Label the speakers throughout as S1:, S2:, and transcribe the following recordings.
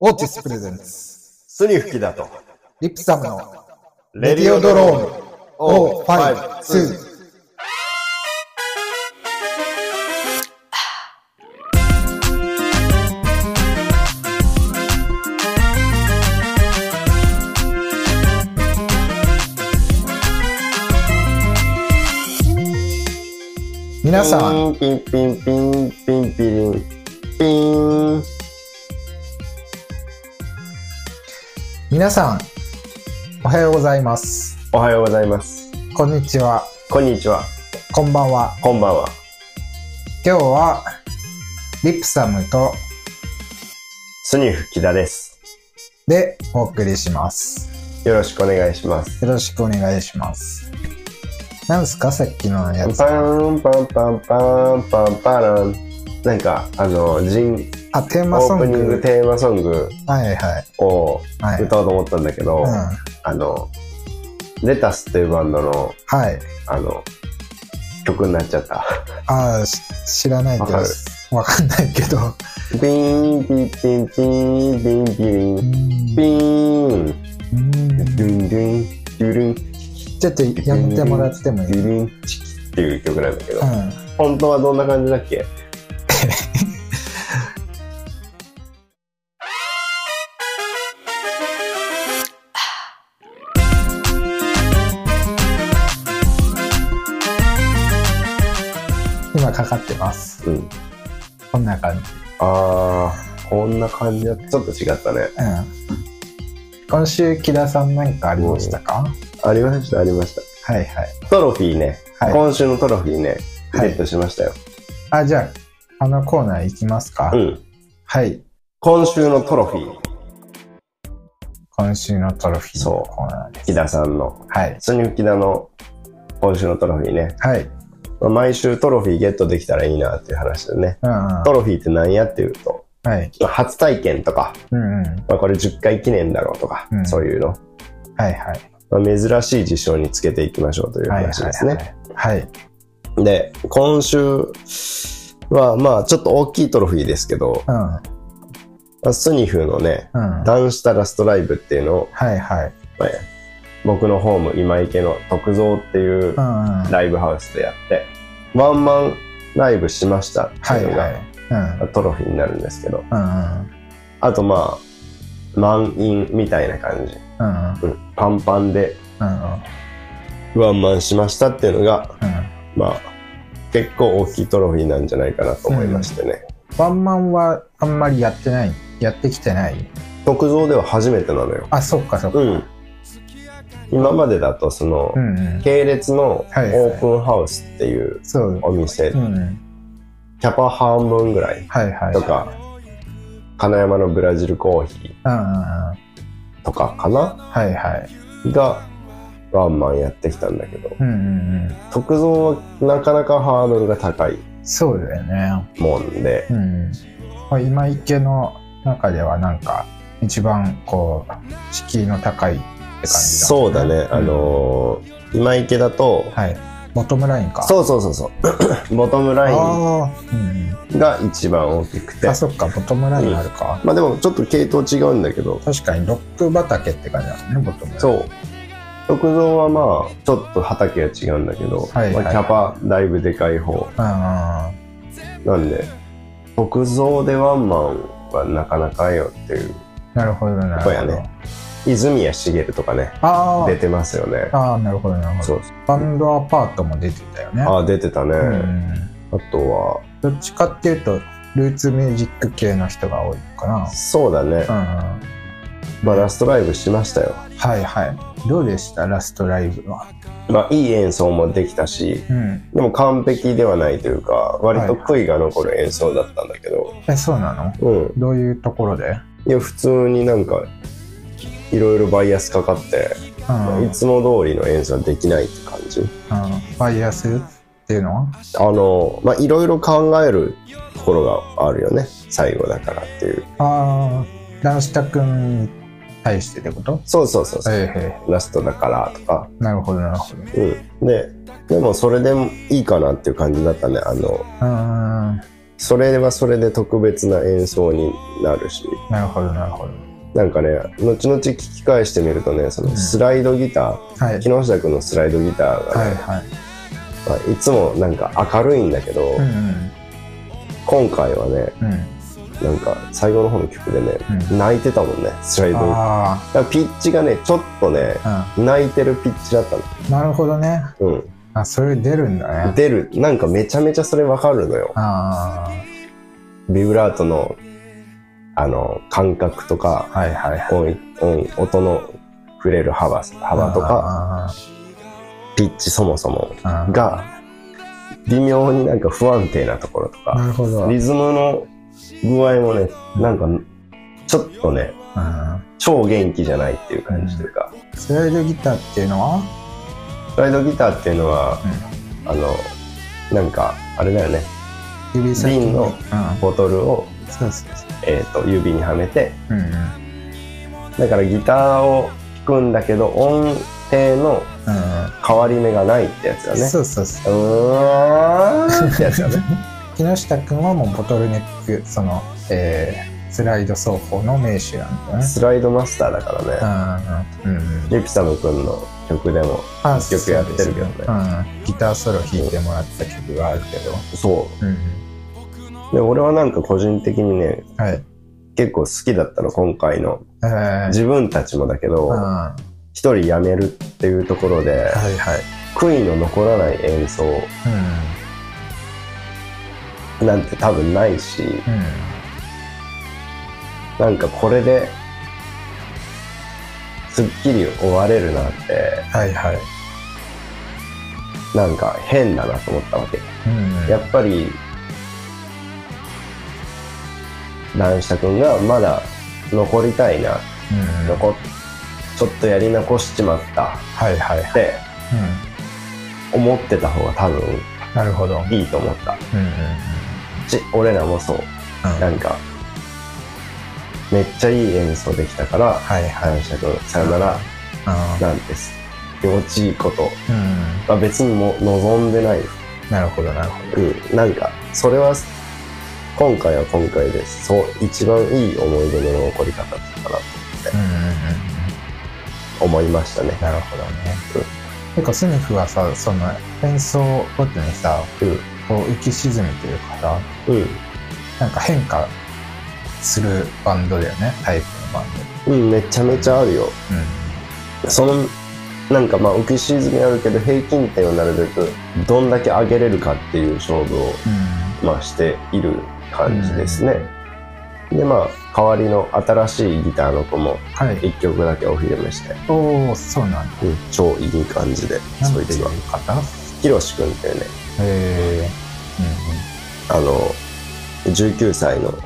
S1: オーティスプレゼンツ、
S2: スニフキだと。
S1: リプサムのレディオドローム052。皆さん、。
S2: ピンピンピンピンピンピン。ピン。
S1: 皆さん、おはようございます。
S2: おはようございます。
S1: こんにちは、
S2: こんにちは。
S1: こんばんは。
S2: こんばんは。
S1: 今日は、リプサムと
S2: スニフキだです。
S1: でお送りします。
S2: よろしくお願いします。
S1: よろしくお願いします。なんすかさっきのやつ。
S2: パンパンパンパンパンパラン。なんか、あの、ジン、
S1: あ、テーマ
S2: オ
S1: ソ
S2: ー
S1: ン
S2: プ
S1: グ。
S2: ニングテーマソング
S1: はいはい。
S2: を
S1: はい。
S2: 歌おうと思ったんだけど、
S1: うん。
S2: あの、レタスっていうバンドの、
S1: はい。
S2: あの、曲になっちゃった。
S1: ああ、し知らないけど
S2: わかる、
S1: わかんないけど。う
S2: ピンピンピンピンピンピン。
S1: ーん
S2: ピーン
S1: うー
S2: ド
S1: ん
S2: ゥンドゥンドゥルン
S1: ちょっとやめてもらってもい
S2: ド
S1: い
S2: ゥルンチキっていう曲なんだけど、
S1: うん。
S2: 本当はどんな感じだっけ
S1: 今かかってます。
S2: うん
S1: こんな感じ。
S2: あーこんな感じだちょっと違ったね
S1: うん。今週、木田さん何かありましたか
S2: ありましたありました
S1: はいはい。
S2: トロフィーね、
S1: はい
S2: 今週のトロフィーねゲ
S1: はい
S2: ットしましたよ、
S1: あ、じゃあ、あのコーナー行きますか、
S2: うん
S1: はい。
S2: 今週のトロフィー
S1: 今週のトロフィーの
S2: そう
S1: コーナーです。
S2: 木田さんの
S1: はい。
S2: スニフキ田の今週のトロフィーね
S1: はい。
S2: まあ毎週トロフィーゲットできたらいいなっていう話でね
S1: うん、うん。
S2: トロフィーって何やっていうと
S1: はい。
S2: まあ初体験とか、
S1: うんうん。
S2: まあ、これ10回記念だろうとか、
S1: うん
S2: そういうの
S1: はいはい。
S2: まあ、珍しい事象につけていきましょうという話ですね。
S1: はい。はい。
S2: で、今週は、まあ、ちょっと大きいトロフィーですけど、
S1: うん。
S2: まあスニフのね、
S1: うん。
S2: 男子たラストライブっていうのを、
S1: はいはい。
S2: まあ僕のホーム今池の徳蔵ってい
S1: うんう
S2: う
S1: ん。は
S2: ライブハウスでやって、ワンマンライブしましたって
S1: い
S2: いうのが、
S1: はい。うん。
S2: トロフィーになるんですけど、
S1: うん
S2: あとまあ、満員みたいな感じ、
S1: うん。うんうん。
S2: うんパンパンで
S1: うんうん。
S2: ワンマンしましたっていうのが、
S1: うん。
S2: まあ、結構大きいトロフィーなんじゃないかなと思いましてね。
S1: ワンマンはあんまりやってない。やってきてない。
S2: 特造では初めてなのよ。
S1: あ、そっかそっか。
S2: うん。今までだと、その、
S1: うんうん。
S2: 系列のオ
S1: はいはい
S2: ープンハウスっていう
S1: そう。
S2: お店、
S1: うんうん。
S2: キャパ半分ぐらい
S1: はいはい。
S2: とか、金山のブラジルコーヒ
S1: うんうんうん。
S2: ーとかかな
S1: はいはい。
S2: が、ワンマンやってきたんだけど、
S1: うんうんうん。
S2: 特造はなかなかハードルが高い
S1: そうだよね。
S2: もんで、
S1: うん。まあ今池の中ではなんか、一番こう、敷居の高いって感じだ。
S2: そうだね、あのー今池だと、
S1: はい。ボトムラインか。う。
S2: そうそうそうそう。 ボトムライン
S1: ああ。うんうん。
S2: が一番大きくて
S1: あ、。そっか、ボトムラインあるか。
S2: まあでもちょっと系統違うんだけど、
S1: 確かにロック畑って感じだね、ボトムライン。
S2: そう。特造はまあ、ちょっと畑が違うんだけど、
S1: はいはい
S2: まあ、キャパだいぶでかい方
S1: うんうんうん。
S2: なんで、特造でワンマンはなかなかよっていう、
S1: なるほど、なるほ
S2: そうや
S1: ど
S2: ね。泉谷しげるとかね、
S1: あ
S2: 出てますよね
S1: あ、。ああ、なるほど、なるほど。
S2: そう。
S1: バンドアパートも出てたよね。
S2: ああ、出てたね。
S1: うん、
S2: あとは、
S1: どっちかっていうと、ルーツミュージック系の人が多いのかな。
S2: そうだね
S1: う。んうん。
S2: まあラストライブしましたよ。
S1: はいはい。どうでしたラストライブは。
S2: まあいい演奏もできたし、
S1: うん。
S2: でも完璧ではないというか、割と悔いが残る演奏だったんだけど、
S1: え、そうなの
S2: うん。
S1: どういうところで
S2: いや、普通になんか、いろいろバイアスかかって、
S1: うん。う
S2: いつも通りの演奏はできないって感じ。
S1: ん。バイアスっていうのは
S2: あの、まあ、いろいろ考えるところがあるよね。最後だからっていう。
S1: ああ、ランシタ君に対してってこと
S2: そうそうそうそう。
S1: えええ
S2: ラストだからとか。
S1: え。なるほど、なるほど。
S2: うん。で、でもそれでもいいかなっていう感じだったね。あの、
S1: うん。
S2: それはそれで特別な演奏になるし
S1: なるほどなるほど
S2: なんかね後々聞き返してみるとねそのスライドギタ
S1: はい
S2: ー、木下君のスライドギターが、
S1: は
S2: ね
S1: いはい
S2: まあいつもなんか明るいんだけど、
S1: うん
S2: 今回はね
S1: うんうん
S2: なんか最後の方の曲でね、
S1: う
S2: 泣いてたもんねスライドギター
S1: あ
S2: だからピッチがねちょっとね
S1: あ
S2: 泣いてるピッチだったの
S1: うんなるほどね
S2: うん
S1: あそれ出るんだね
S2: 出るなんかめちゃめちゃそれわかるのよ
S1: あ
S2: ビブラートのあの感覚とか
S1: あはいはいはい
S2: 音音音の触れる幅幅とか
S1: か
S2: ピッチそもそも
S1: が
S2: が微妙になんか不安定なところとか
S1: なるほど
S2: リズムの具合もねなんかちょっとね
S1: うん
S2: 超元気じゃないっていう感じというか、
S1: スライドギターっていうのは
S2: スライドギターっていうのは、あのなんかあれだよね
S1: 指先に
S2: 瓶の
S1: うん
S2: ボトルを、
S1: そうそうそ
S2: えー、と指にはめて
S1: ううんうん
S2: だからギターを弾くんだけど音程の
S1: う
S2: 変わり目がないってやつだ
S1: ん
S2: ね
S1: そうそうそう
S2: うーんってやつ だね
S1: 木下君はもうボトルネックその、えースライド奏法の名手なんだよね
S2: スライドマスターだからね、
S1: うんうんうん
S2: リピサム君の曲でも
S1: あ
S2: 一曲やってるけどね
S1: そうですうん、ギターソロ弾いてもらった曲があるけど、
S2: そ
S1: うん、
S2: うで俺はなんか個人的にね
S1: はい
S2: 結構好きだったの今回の
S1: えー
S2: 自分たちもだけ
S1: うん
S2: ど
S1: は
S2: 一人辞めるっていうところで
S1: いはい、
S2: 悔いの残らない演奏
S1: う
S2: なんて多分ないし
S1: ん
S2: なんかこれですっきり終われるなって
S1: うん、はいはい、
S2: なんか変だなと思ったわけ
S1: うん、
S2: やっぱり男下君がまだ残りたいな
S1: うん、
S2: 残っちょっとやり残しちまった
S1: はいはい、う
S2: って思ってた方が多分
S1: ん、なるほど、うんうん
S2: いいと思った
S1: うん、
S2: し俺らもそう
S1: う
S2: なんんかめっちゃいい演奏できたから
S1: はいはい、
S2: 男下君さよなら
S1: あー
S2: なんです気持ちいいこと
S1: うん、
S2: は別にも望んでない
S1: なるほどなるほど、
S2: うん、なんかそれは今回は今回ですそう一番いい思い出の残り方だったかな
S1: うんうんうんうん
S2: と思いましたね
S1: なるほどね
S2: うん。
S1: 結構スニフはさ、その演奏ごとにさ、
S2: う
S1: こう浮き沈みというかさ、
S2: んうん
S1: なんか変化するバンドだよね、タイプのバン
S2: うん、めちゃめちゃあるよ
S1: ド。
S2: そのなんかまあ浮き沈みあるけど平均点をなるべくどんだけ上げれるかっていう勝負を、
S1: うん。
S2: まあ、している感じですね、でまあ代わりの新しいギターの子も
S1: うん。はい。
S2: 1曲だけお披露目して、
S1: おお、そうなんだ。
S2: うん、超いい感じで
S1: な
S2: そ
S1: ん
S2: い
S1: て
S2: つ
S1: いう
S2: は
S1: 方
S2: ひろし君っていうね
S1: え
S2: あの19歳
S1: ー、
S2: の、
S1: うんうん。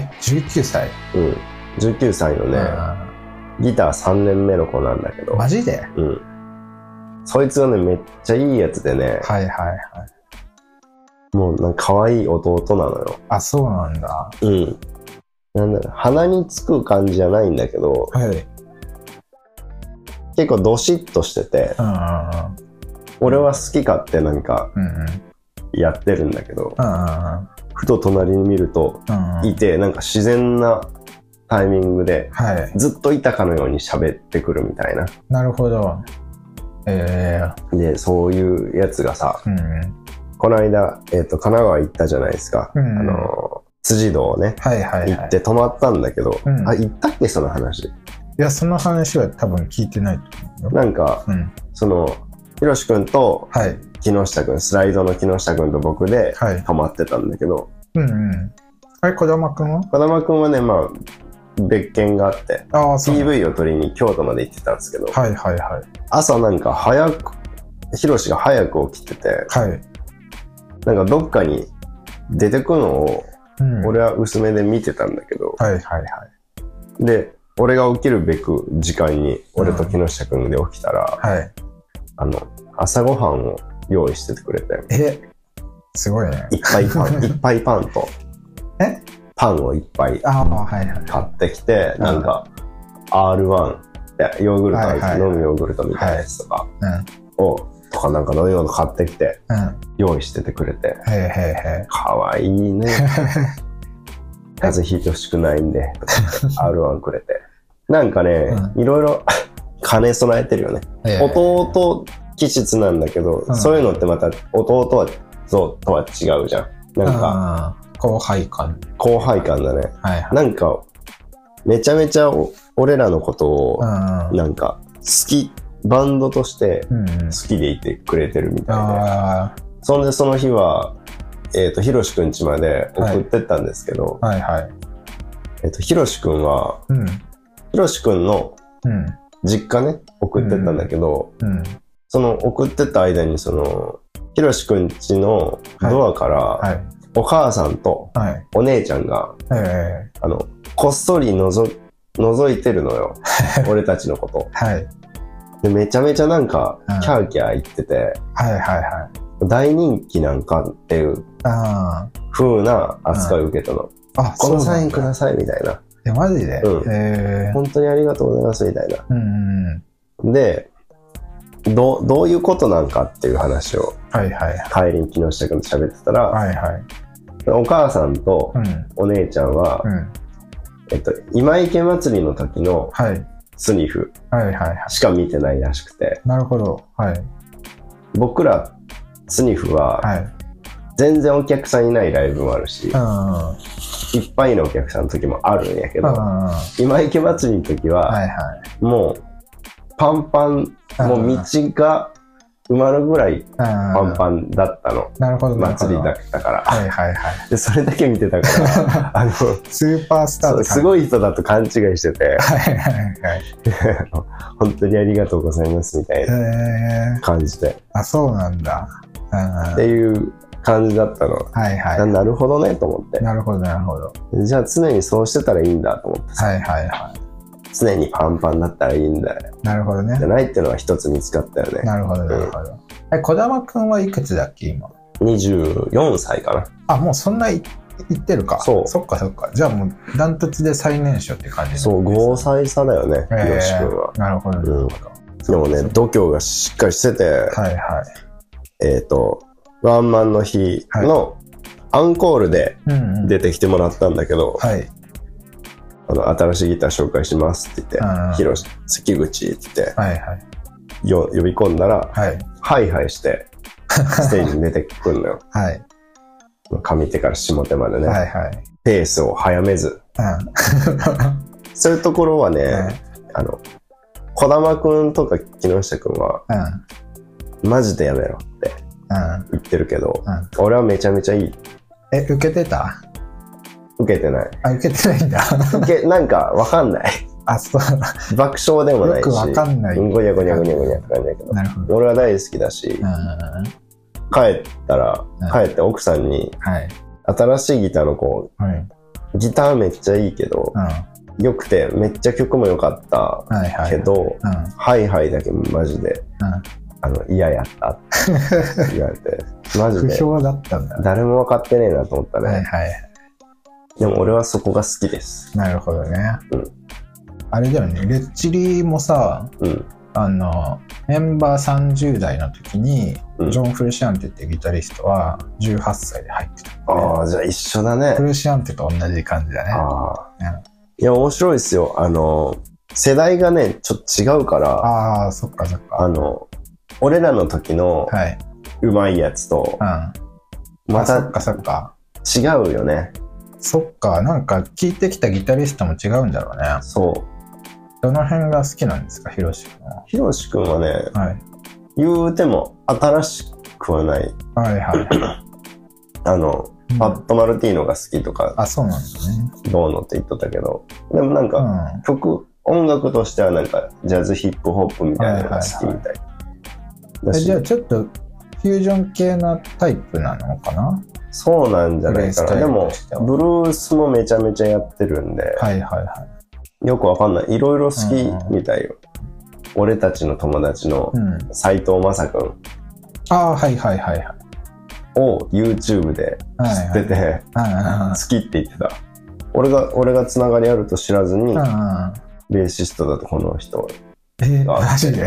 S1: え、19歳
S2: うん、19歳のね、
S1: う
S2: ギター3年目の子なんだけど
S1: ん、マジで
S2: うん、そいつはねめっちゃいいやつでね
S1: はいはいはい。
S2: もうなんか可愛い弟なのよ、
S1: あ、そうなんだ。
S2: うん、なんだろう鼻につく感じじゃないんだけど
S1: はい。うんうん
S2: 結構どしっとしてて俺は好き勝手なんか
S1: うん。うんうん。
S2: やってるんだけど
S1: うんうん
S2: ふと隣に見ると
S1: うん。うん。
S2: いてなんか自然なタイミングで
S1: はい。
S2: ずっといたかのように喋ってくるみたいな
S1: なるほど。え
S2: でそういうやつがさ
S1: ー、うん。
S2: この間、えっと神奈川行ったじゃないですか、
S1: うん
S2: あの辻堂ね
S1: はいはいはい。
S2: 行って泊まったんだけど、
S1: うん
S2: あ行ったっけその話
S1: いや、その話は多分聞いてないと思うよ。
S2: なんか
S1: うん。
S2: そのひろし君と
S1: はい。
S2: 木下君スライドの木下君と僕で
S1: はい。
S2: 泊まってたんだけど
S1: うんうん。あれ、児玉くんは
S2: 児玉君はねまあ別件があって
S1: ああ、そう。
S2: PV を取りに京都まで行ってたんですけど
S1: はいはいはい。
S2: 朝なんか早くひろしが早く起きてて
S1: はい。
S2: なんかどっかに出てくのを
S1: うん。
S2: 俺は薄めで見てたんだけど、
S1: はいはいはい。
S2: で俺が起きるべく時間に俺と木下君で起きたら、
S1: はい。
S2: あの朝ごはんを用意しててくれて
S1: え、すごいね。
S2: いっぱい パンいっぱいパンと
S1: え
S2: パンをいっぱい
S1: ああ、はいはい。
S2: 買ってきてなんか R1 でヨーグルト、
S1: はいはいはい
S2: 飲むヨーグルトみたいなやつとか
S1: うん。
S2: をとかなんか飲み物買ってきて
S1: うん。
S2: 用意しててくれて
S1: へえへ
S2: かわい いね風邪ひいてほしくないんでとか言って R1 くれてなんかね、
S1: う
S2: いろいろ兼ね備えてるよね
S1: えへえ。
S2: 弟気質なんだけど、
S1: うん
S2: そういうのってまた弟はそうとは違うじゃんなんか
S1: か、後輩感。
S2: 後輩感だね
S1: はいはい。
S2: なんかめちゃめちゃお俺らのことを
S1: うん
S2: なんか好きバンドとして
S1: うん。うんうん。
S2: 好きでいてくれてるみたいで
S1: あ
S2: そんでその日はえーとひろしくん家まで送ってったんですけど、
S1: あ、はいはい。
S2: えーとひろしくんは
S1: うん。
S2: ひろしくんの
S1: うん。
S2: 実家ね送ってったんだけど、
S1: うん。
S2: その送ってった間にそのひろしくん家のドアから、
S1: はい。
S2: お母さんと
S1: はい。
S2: お姉ちゃんが
S1: ええ。
S2: あのこっそりのぞ覗いてる のよ俺たちのこと
S1: はい。
S2: でめちゃめちゃなんか
S1: うん
S2: キャーキャー言ってて、
S1: はいはいはい。
S2: 大人気なんかっていう
S1: あ
S2: 風な扱いを受けたの、
S1: あ。あ、
S2: このサインく
S1: い。
S2: ださいみたいな
S1: え、マジで
S2: うん
S1: ええ。
S2: 本当にありがとうございますみたいな
S1: うんうんうん。
S2: でどうどういうことなんかっていう話を
S1: はいはい。
S2: 帰りに木下君と喋ってたら、
S1: はいはい。
S2: お母さんと
S1: うん。
S2: お姉ちゃんは、
S1: うん。
S2: えっと、今池祭りの時の
S1: はい。
S2: スニフ
S1: はいはいはい。
S2: しか見てないらしくて
S1: なるほど。はい。
S2: 僕らスニフは
S1: はい。
S2: 全然お客さんいないライブもある
S1: う
S2: し、
S1: ん。
S2: い、っぱいのお客さんの時もあるんやけ
S1: うん。
S2: ど、
S1: は
S2: 今池祭りの時
S1: い
S2: は
S1: は
S2: もうパンパン、
S1: い。
S2: もう道が埋まるぐらい
S1: パ
S2: パンパンだったの、
S1: なるほど。なるほ
S2: 祭
S1: ど
S2: りだったから
S1: はいはいはい。
S2: でそれだけ見てた からあの
S1: スーパースター
S2: そ
S1: っ
S2: う
S1: て
S2: す
S1: い。
S2: ごい人だと勘違いしてて
S1: はいはいはい。
S2: あの本当にありがとうございますみたいな
S1: えー、
S2: 感じで、
S1: あ、そうなんだ。うん。
S2: っ
S1: は
S2: て
S1: い
S2: いう感じだったの、
S1: は
S2: なるほどねと思って
S1: い。なるほどなるほど。
S2: じゃあ常にそうしてたらいいんだと思って
S1: はいはいは
S2: 常にパンパンだったらいいんだ
S1: い。なるほどね
S2: じゃ。ないっていうのが一つ見つかったよね
S1: なるほどなるほど。え、児玉くんはいくつだっけ今。
S2: 24歳か
S1: あ、もうそんないいってるか。
S2: そう
S1: そっかそっか。じゃあもうダントツで最年少って感じ
S2: なそう5歳差だよね
S1: えー
S2: よし君は
S1: なるほどなるほど。
S2: でもね度胸がしっかりしてて
S1: はいは
S2: えっとワンマンの日のアンコールで
S1: い。うん、うん。
S2: 出てきてもらったんだけど
S1: はい。
S2: 「あの新しいギター紹介します」って言って
S1: うん
S2: 「ひろし関口」って言って
S1: はいはい。
S2: よ呼び込んだら
S1: はい。
S2: ハイハ イしてステージに出てくんのよ
S1: はい。
S2: 上手から下手までね、
S1: はいはい。
S2: ペースを早めず
S1: うん。
S2: そういうところはね、あの児玉くんとか木下くんは
S1: うん。
S2: マジでやめろって
S1: うん。
S2: 言ってるけど、
S1: うん
S2: 俺はめちゃめちゃいい
S1: え、受けてた
S2: 受けてない
S1: あ、受けてないんだ。
S2: 受けなんかわかんない
S1: あ、そう。
S2: 爆笑でもないし
S1: よくわかんない
S2: うんごにゃごにゃごにゃごにゃって感じだけど
S1: なるほど。
S2: 俺は大好きだし、
S1: うん。
S2: 帰ったら
S1: うん
S2: 帰って奥さんに
S1: はい。
S2: 新しいギターの子
S1: はい。うん。
S2: ギターめっちゃいいけど、
S1: は
S2: 良くてめっちゃ曲も良かっ
S1: いは
S2: た
S1: い。
S2: けど、
S1: うん。うん。
S2: ハイハイだけマジで、あの、嫌やったって言わ れて、マジ
S1: 不
S2: で、
S1: 評だったんだ。
S2: 誰も分かってねえなと思ったね。
S1: はいはい。
S2: でも俺はそこが好きです。
S1: なるほどね
S2: うん。
S1: あれだよね、レッチリもさ、
S2: うん。
S1: あの、メンバー30代の時に、
S2: うん
S1: ジョン・フルシアンテっていうギタリストは18歳で入ってた。
S2: ああ、じゃあ一緒だね
S1: フ。ルシアンテと同じ感じだね。
S2: あ
S1: うん
S2: あ。いや、面白いですよ。あの、世代がね、ちょっと違うから、
S1: ああ、そっかそっ
S2: あ
S1: か。
S2: の、俺らの時の
S1: はい。
S2: うまいやつと
S1: う、ん。
S2: ま
S1: あそったかそっか
S2: 違うよね。
S1: そっかなんか聴いてきたギタリストも違うんだろうね
S2: そう。
S1: どの辺が好きなんですかヒロシ君は、
S2: ひろしくんはね、
S1: はい、
S2: 言うても新しくはない。
S1: はいはいは
S2: あの、
S1: い
S2: パッド・マルティーノが好きとか、
S1: あそうなんですね
S2: どうのって言っとったけどでもなん
S1: う
S2: か
S1: ん
S2: 曲、音楽としてはなんかジャズヒップホップみたいなのが好きみたいだ
S1: え
S2: し
S1: じゃあちょっとフュージョン系なタイプなのかな
S2: そうなんじゃないかな
S1: プレイスタイ
S2: で
S1: ル
S2: も
S1: としては
S2: ブルースもめちゃめちゃやってるんで、
S1: はいはいはい
S2: よくわかんないいろいろ好きみたいよ、俺たちの友達の
S1: うん
S2: 斎藤正君
S1: ああはいはいはいはい
S2: を YouTube で知ってて、
S1: はい
S2: 好きって言ってた俺が俺がつながりあると知らずに、
S1: うんうんうんうんうん
S2: ベーシストだとこの人
S1: えー、
S2: あ
S1: マジで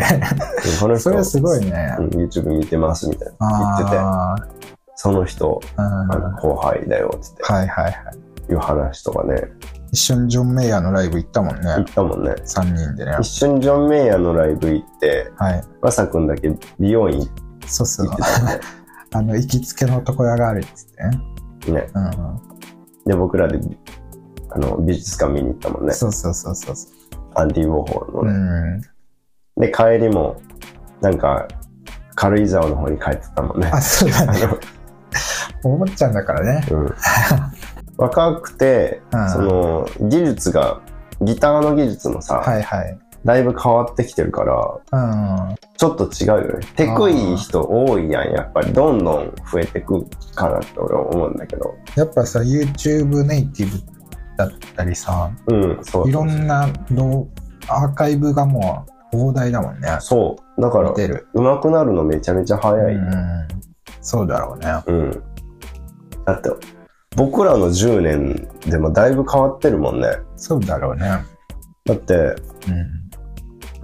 S2: この人
S1: それすごいね
S2: う。ん YouTube 見てますみたいな言ってて
S1: あ
S2: その人
S1: あ、うん。
S2: あの
S1: は
S2: 後輩だよっつっ
S1: いはいはい。
S2: ていう話とかね
S1: 一緒にジョン・メイヤーのライブ行ったもん
S2: 言っ
S1: ね。
S2: たもんね
S1: 3人でね
S2: 一。緒にジョン・メイヤーのライブ行って
S1: はい。
S2: マサ君だけ美容院
S1: そうそ
S2: 行
S1: う
S2: って。たんで
S1: あの、行きつけの床屋があるっつってね。
S2: ね
S1: うん
S2: で僕らであの美術館見に行ったもん
S1: うん。
S2: ね
S1: そうそうそうそう。
S2: アンディ・ウォーホルの
S1: う
S2: ね、
S1: ん。
S2: で帰りもなんか軽井沢の方に帰ってたもんね
S1: あ、そうだ
S2: あ
S1: ね。
S2: の
S1: お坊ちゃんだからね。
S2: うん若くて、
S1: うん
S2: その技術がギターの技術もさ、
S1: はいはい。
S2: だいぶ変わってきてるから
S1: うん。
S2: ちょっと違うよねテクい人多いやんやっぱりどんどん増えてくかなって俺は思うんだけど
S1: やっぱさ、YouTube ネイティブだったりさ、
S2: うんそう
S1: いろんな動アーカイブがもう膨大だもんね。
S2: そうだから
S1: 見てる。
S2: 上手くなるのめちゃめちゃ早い
S1: うん。そうだろうね。
S2: うん、だって僕らの10年でもだいぶ変わってるもんね
S1: そうだろうね。
S2: だって
S1: うん。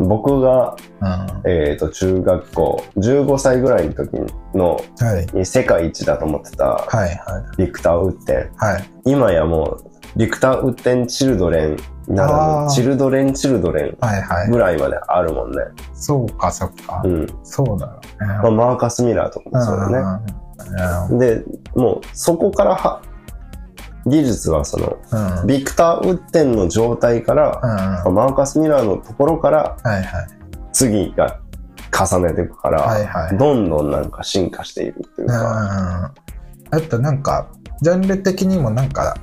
S2: 僕が、
S1: うん。は
S2: えー、と中学校15歳ぐらいの時の
S1: い。はい
S2: に世界一だと思ってた
S1: はい。
S2: ビクター・ウッテン
S1: はい。
S2: 今やもうビクター・ウッテン・チルドレンなら
S1: あ
S2: ぬ
S1: ー
S2: チルドレン・チルドレン
S1: はいはい。
S2: ぐらいまであるもんね、
S1: そうか、そうか
S2: う。ん
S1: そうだろうね。
S2: まあ、マーカス・ミラーとかもそうだね、
S1: う
S2: でもうそこからは技術はその
S1: んうんうん。うん。
S2: ビクター・ウッテンの状態から、
S1: は
S2: マーカス・ミラーのところから
S1: いはい。
S2: 次が重ねていくから、
S1: はいはい
S2: どんどんなんか進化しているって
S1: う
S2: いう
S1: ん。
S2: か、
S1: あとなんか、ジャンル的にもなんか、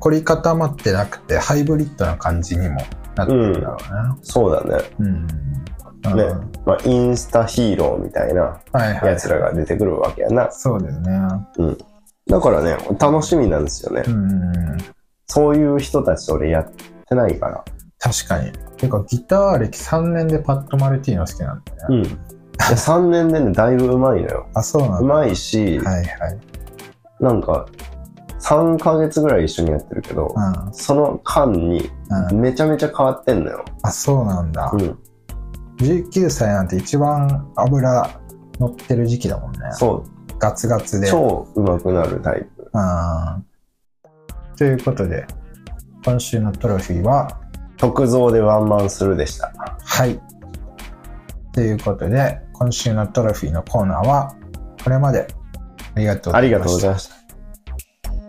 S1: 凝り固まってなくて、ハイブリッドな感じにもなってるだろ
S2: そうだね、
S1: うね。うん。うん
S2: ねまあ、インスタヒーローみたいな
S1: はいは
S2: や
S1: い。
S2: つらが出てくるわけやな、
S1: そうだよね。
S2: だからね楽しみなんですよね、
S1: うん。
S2: そういう人たちと俺やってないから
S1: 確かに。てか、ギター歴3年でパッド・マルティーノ好きなんだよね。
S2: うん3年でねだいぶうまいのよ
S1: あ、そうなん
S2: う
S1: だ。
S2: まいし、
S1: はいはい。
S2: なんか3ヶ月ぐらい一緒にやってるけど、
S1: うん。
S2: その間に
S1: うん、
S2: めちゃめちゃ変わってんのよ、
S1: あ、そうなんだ。
S2: うん、
S1: 19歳なんて一番油乗ってる時期だもんね。
S2: そう
S1: ガツガツで。
S2: 超上手くなるタイプ
S1: あーということで、今週のトロフィーは、
S2: 特造でワンマンするでした
S1: はい。ということで、今週のトロフィーのコーナーは、これまでありがとうござ
S2: あり
S1: い
S2: が
S1: ま
S2: とうご
S1: した
S2: ざい。ました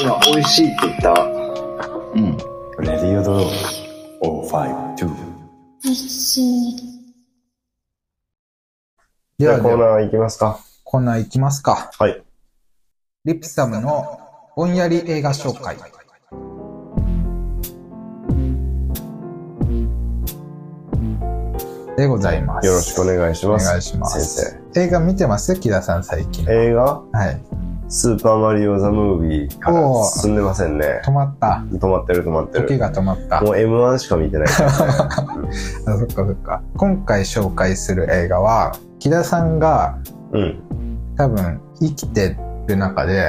S2: 今美味しいって言った
S3: うん。
S2: レディオドロー
S3: 052。
S2: じ
S1: では
S2: ゃあ
S1: で
S2: コーナ
S1: は、
S2: ー行きますか
S1: コーナーいきますか。
S2: はい
S1: リプサムのぼんやり映画紹介。でございます。
S2: よろしくお願いします
S1: お願いします
S2: 先
S1: 映画見てます木田さん最近。
S2: 生映画
S1: はい。
S2: 「スーパーマリオ・ザ・ムービー」か
S1: お
S2: ら
S1: ー
S2: 進んでませんね
S1: 止まった。
S2: 止まってる止まって
S1: 時
S2: る
S1: が止まった。
S2: もう m 1しか見 てないからね
S1: あそっかそっか今回紹介する映画は木田さんが
S2: うん
S1: 多分生きてる中で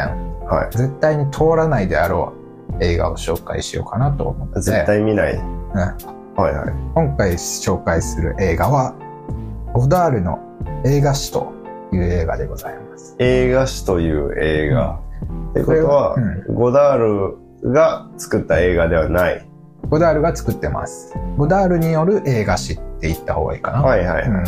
S2: は
S1: 絶対に通らないであろう映画を紹介しようかなと思って
S2: い絶対見ない、はいはい
S1: 今回紹介する映画はゴダールの「映画史」という映画でございます
S2: 映画史という映画、ってことは、
S1: これは
S2: ゴダールが作った映画ではない
S1: ゴダールが作ってますゴダールによる映画史って言った方がいいかな、
S2: はいはいはいはい、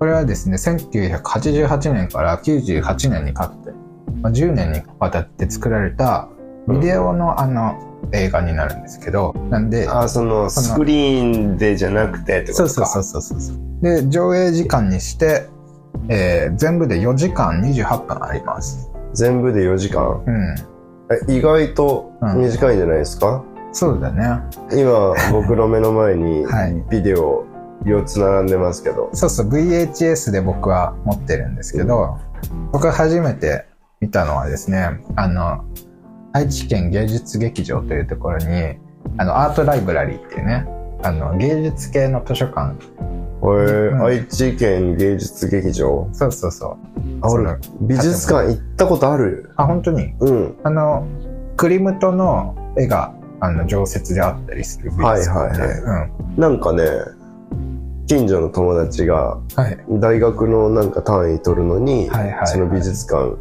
S1: これはですね1988年から98年にかけて、まあ、10年にわたって作られたビデオのあの映画になるんですけどなんで
S2: あその
S1: その
S2: スクリーンでじゃなくてってこと
S1: そう
S2: です
S1: そう
S2: か
S1: そうそうそうで上映時間にして、えー全部で4時間28分あります
S2: 全部で4時間
S1: うん
S2: え意外と
S1: うん
S2: 短いんじゃないですか、
S1: そうだね
S2: 今僕の目の前に
S1: はい
S2: ビデオ4つ並んでますけど、
S1: そうそう VHS で僕は持ってるんですけど、僕が初めて見たのはですねあの愛知県芸術劇場というところにあのアートライブラリーっていうねあの芸術系の図書館
S2: え
S1: うん
S2: 愛知県芸術劇場
S1: そうそうそう
S2: あ
S1: そ
S2: 俺
S1: の
S2: 美術館行ったことある
S1: あ本当に
S2: うん
S1: あのクリムトの絵があの常設であったりする美術館で、
S2: はいはい
S1: うん
S2: なんかね近所の友達が
S1: はい、
S2: 大学のなんか単位取るのに、
S1: はいはいはい
S2: その美術館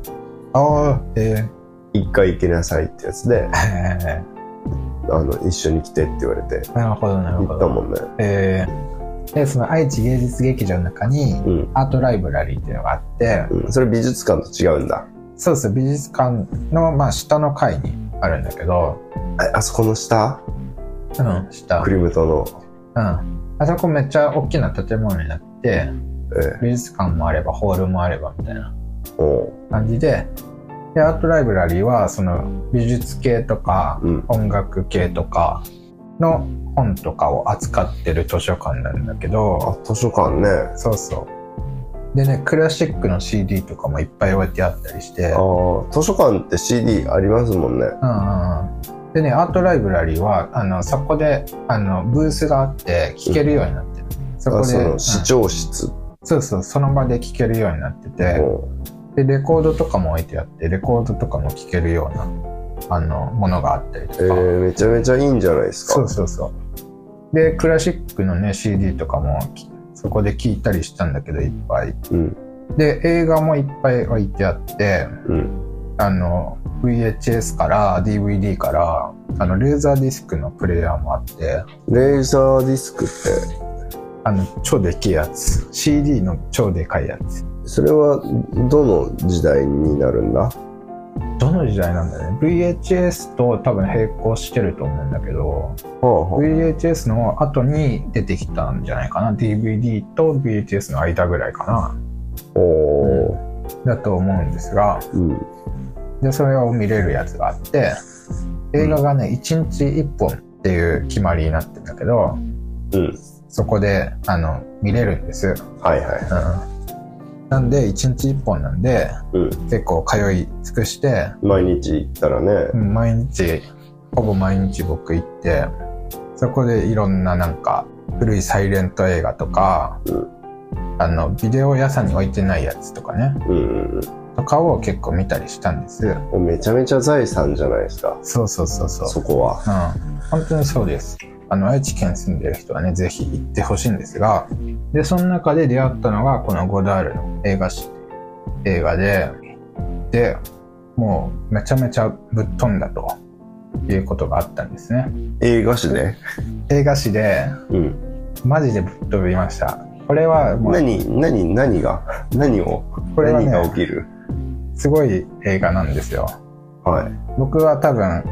S1: ああえ
S2: 一回行きなさいってやつで
S1: ー、 え
S2: あの一緒に来てって言われて
S1: ーなるほどなる
S2: 行
S1: ほど
S2: ったもんね
S1: えーでその愛知芸術劇場の中に
S2: うん、
S1: アートライブラリーっていうのがあって
S2: うん、それ美術館と違うんだ
S1: そうそう美術館の、まあ、下の階にあるんだけど
S2: ああそこの下
S1: うん下
S2: クリムトの、
S1: うん、あそこめっちゃ大きな建物になって
S2: え
S1: 美術館もあればホールもあればみたいな
S2: えおう
S1: 感じででアートライブラリーはその美術系とか
S2: うん
S1: 音楽系とかの本とかを扱ってる図書館なんだけ
S2: あ
S1: ど
S2: 図書館ね
S1: そうそうでねクラシックの CD とかもいっぱい置いてあったりして
S2: ああ図書館って CD ありますもんね
S1: うんうんうんでねアートライブラリーはあのそこであのブースがあって聴けるようになってる、そこ
S2: あ
S1: で
S2: そ
S1: うん
S2: の視聴室、
S1: そうそうその場で聴けるようになってて
S2: おう
S1: でレコードとかも置いてあってレコードとかも聴けるようなあのものがあったりと
S2: え
S1: か、
S2: ーめちゃめちゃいいんじゃないですか
S1: そうそうそうでクラシックのね CD とかもきそこで聴いたりしたんだけどいっぱい
S2: うん
S1: で映画もいっぱい置いてあって
S2: うん
S1: あの VHS から DVD からあのレーザーディスクのプレイヤーもあって
S2: レーザーディスクって
S1: あの超でっけえやつ CD の超でかいやつ
S2: それはどの時代になるんだ
S1: どの時代なんだね VHS と多分並行してると思うんだけど
S2: はあは
S1: VHS の後に出てきたんじゃないかな DVD と VHS の間ぐらいか
S2: あおー
S1: なだと思うんですが
S2: うん
S1: でそれを見れるやつがあって映画がね1日1本っていう決まりになってるんだけど
S2: うん
S1: そこであの見れるんです、
S2: はいはい
S1: うん、なんで1日1本なんで
S2: うん
S1: 結構通い尽くして
S2: 毎日行ったらね、
S1: うん毎日ほぼ毎日僕行ってそこでいろんななんか古いサイレント映画とか、
S2: う
S1: あのビデオ屋さんに置いてないやつとかね
S2: うんうん
S1: とかを結構見たりしたんです
S2: うん、めちゃめちゃ財産じゃないですか
S1: そうそうそうそう
S2: そこは
S1: うん、本当にそうですあの愛知県住んでる人はねぜひ行ってほしいんですがでその中で出会ったのがこのゴダールの映画誌映画ででもうめちゃめちゃぶっ飛んだということがあったんですね
S2: 映画史で、
S1: 映画誌で
S2: うん、
S1: マジでぶっ飛びましたこれはもう
S2: 何何何が何を
S1: これは
S2: 何が起
S1: ね
S2: きる
S1: すごい映画なんですよ
S2: はい
S1: 僕は多分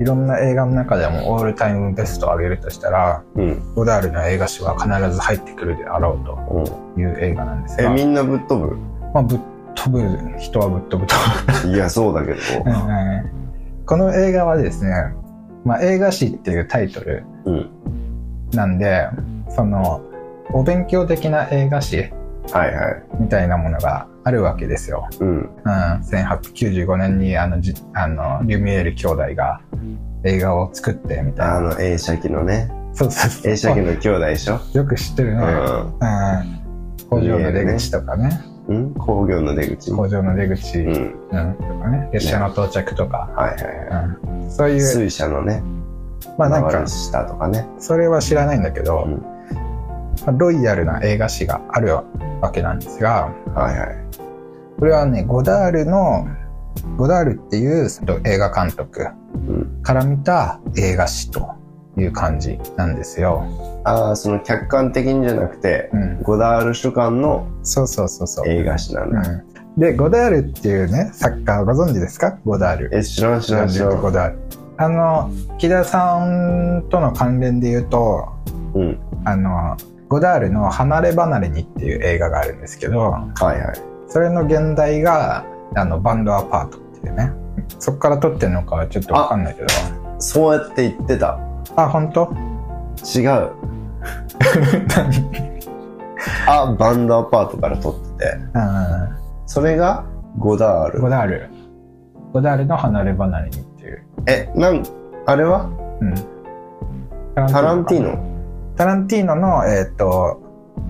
S1: いろんな映画の中でもオールタイムベストを上げるとしたら
S2: うん、
S1: ゴダールの映画誌は必ず入ってくるであろうと
S2: うん、
S1: いう映画なんです
S2: え
S1: が、
S2: みんなぶっ飛ぶ
S1: まあ、ぶっ飛ぶ人はぶっ飛 ぶと
S2: いやそうだけど
S1: 思うこの映画はですね、まあ、映画誌っていうタイトル
S2: うん
S1: なんでそのお勉強的な映画誌
S2: はいはい
S1: みたいなものがあるわけですよ、
S2: うん
S1: うん、1895年にあのじあのリュミエール兄弟が映画を作ってみた
S2: あ
S1: いな
S2: の映写機のね
S1: そうそうそう
S2: 映写機の兄弟でしょ、
S1: よく知ってる
S2: う
S1: ね、うん
S2: ん
S1: 工場の出口とかね
S2: うん、工業の出口
S1: 工場の出口、
S2: う
S1: うん
S2: ん
S1: とかね列車の到着とか、
S2: はいはいは
S1: うんそう
S2: い
S1: いう
S2: 水車のね
S1: まあなん
S2: 回
S1: か
S2: る下とかね
S1: それは知らないんだけど、
S2: うん
S1: まあロイヤルな映画誌があるわけなんですが
S2: はいはい
S1: これはねゴダールのゴダールっていうえっと映画監督
S2: うん
S1: から見た映画誌という感じなんですよ。
S2: ああその客観的にじゃなくて
S1: うん、
S2: ゴダール主観の
S1: そうそうそうそう。
S2: 映画史なん
S1: う
S2: だ、
S1: ん、でゴダールっていうね作家ご存知ですかゴダール。
S2: え知らん知らん知ら
S1: ゴ
S2: ん
S1: ダール。あの木田さんとの関連で言うと
S2: うん
S1: あのゴダールの「離れ離れに」っていう映画があるんですけど。
S2: はいはい
S1: それの現代があのバンドアパートっていうねそこから撮ってるのかはちょっとわかんないけど
S2: そうやって言ってた
S1: あ本当
S2: 違うあバンドアパートから撮ってて
S1: う
S2: それがゴダー
S1: んゴ
S2: ル
S1: ダールゴダールの離れ離れにっていう、
S2: えなんあれは
S1: うん、
S2: タランティー
S1: か
S2: ノ
S1: タランティーノの、えっと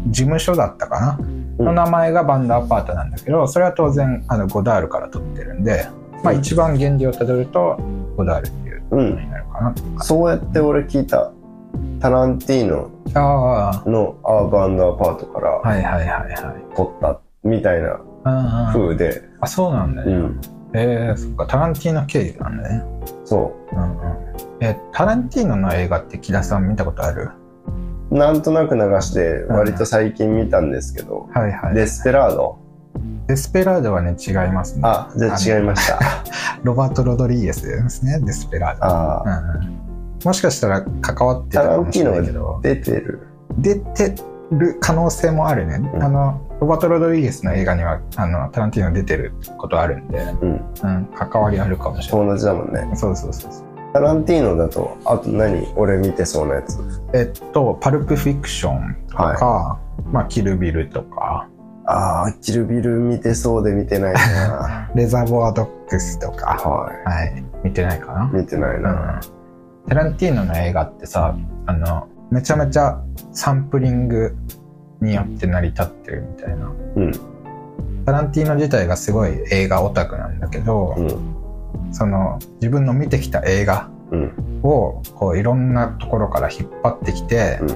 S1: 事務所だったかな、
S2: うん
S1: の名前がバンドアパートなんだけどそれは当然あのゴダールから取ってるんで、まあ、一番原理をたどるとゴダールっていう
S2: う
S1: の
S2: ん
S1: になるかな
S2: そうやって俺聞いたタランティーノ
S1: あ
S2: のアーバンドアパートか
S1: あ
S2: ら
S1: はいはいはいはい
S2: 撮ったみたいな
S1: うんうん
S2: 風で、
S1: あそうなんだ
S2: う
S1: ね、
S2: ん、
S1: えー、そっかタランティーノ経由なんだね
S2: そ
S1: うんうんえタランティーノの映画って木田さん見たことある
S2: うなんとなく流して割と最近見たんですけど、
S1: はいは
S2: デスペラード
S1: デスペラードはね違いますね
S2: あじゃあ違いました
S1: ロバート・ロドリゲスですねデスペラード
S2: あ
S1: う
S2: あ
S1: んうんもしかしたら関わってたかもしれないけど
S2: 出てる
S1: 出てる可能性もあるね、
S2: うん
S1: あのロバート・ロドリゲスの映画にはあのタランティーノ出てることあるんで、
S2: うん
S1: うん、関わりあるかもしれない
S2: 友達だもんね
S1: そうそうそうそう
S2: タランティーノだとあと何俺見てそうなやつ
S1: えっと「パルプ・フィクション」とか、
S2: はい
S1: まあ「キル・ビル」とか
S2: ああキルビル見てそうで見てな いな
S1: 「レザーボア・ドッグス」とか、
S2: は
S1: はい、見てないかない
S2: 見てないな、
S1: うんタランティーノの映画ってさあのめちゃめちゃサンプリングによって成り立ってるみたいな、
S2: うん
S1: タランティーノ自体がすごい映画オタクなんだけど、
S2: うん
S1: その自分の見てきた映画
S2: うん
S1: をこういろんなところから引っ張ってきて、
S2: うん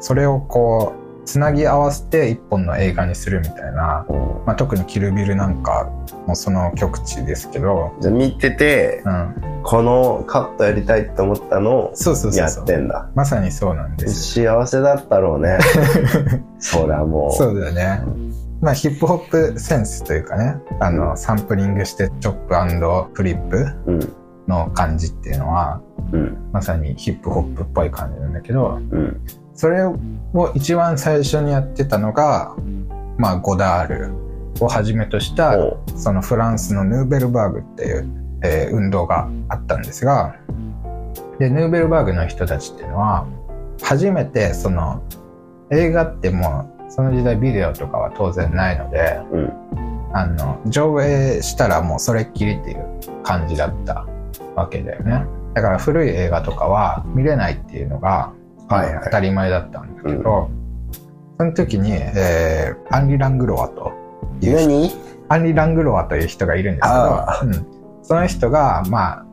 S1: それをこうつなぎ合わせて一本の映画にするみたいな、
S2: うん
S1: まあ、特に「キル・ビル」なんかもその極致ですけど、
S2: じゃあ見てて
S1: うん、
S2: このカットやりたいと思ったのを
S1: そうそうそ
S2: や
S1: うそ
S2: っ
S1: う
S2: てんだ
S1: まさにそうなんですよ
S2: 幸せだったろ うねそりゃもう
S1: そうだよね。まあ、ヒップホップセンスというかね、あの、サンプリングしてチョップフリップ
S2: うん
S1: の感じっていうのは、
S2: うん
S1: まさにヒップホップっぽい感じなんだけど、
S2: うん
S1: それを一番最初にやってたのが、まあ、ゴダールをはじめとした、
S2: おう
S1: そのフランスのヌーベルバーグっていう、えー運動があったんですがでヌーベルバーグの人たちっていうのは初めてその映画ってもうその時代ビデオとかは当然ないので
S2: うん
S1: あの上映したらもうそれっきりっていう感じだったわけだよねだから古い映画とかは見れないっていうのが、
S2: はいはい
S1: 当たり前だったんだけど、その時に、えーアンリ・ラングロワという人
S2: 何
S1: アンリ・ラングロワという人がいるんですけ
S2: あ
S1: ど、うんその人が、まあ、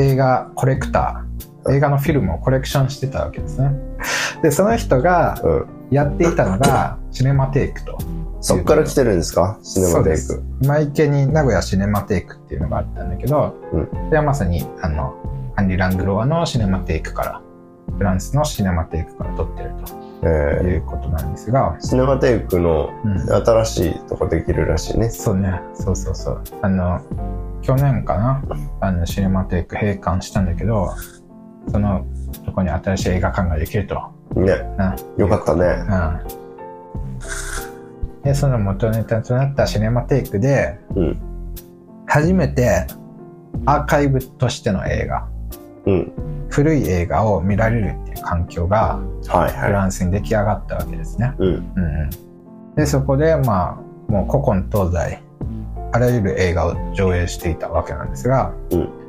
S1: 映画コレクター映画のフィルムをコレクションしてたわけですねでその人が
S2: うん
S1: やっていたのがシネマテイクと
S2: そっから来てるんですかシネマ
S1: そう
S2: テ
S1: で
S2: イク
S1: すマイケに名古屋シネマテイクっていうのがあったんだけど、
S2: う
S1: それはまさにあのアンリ・ラングロワのシネマテイクからフランスのシネマテイクから撮ってると
S2: え
S1: いうことなんですが
S2: ー、シネマテイクの
S1: うん
S2: 新しいとこできるらしいね
S1: そうね、そうそうそう。あの、去年かな、あのシネマテイク閉館したんだけど、そのとこに新しい映画館ができると。
S2: ねよかったね
S1: た。うん。で、その元ネタとなったシネマテイクで、
S2: うん
S1: 初めてアーカイブとしての映画、
S2: うん
S1: 古い映画を見られるっていう環境が
S2: はい
S1: フ
S2: は
S1: ランスに出来上がったわけですね。
S2: いうん
S1: うんうん、でそこでまあもう古今東西あらゆる映画を上映していたわけなんですが、
S2: うん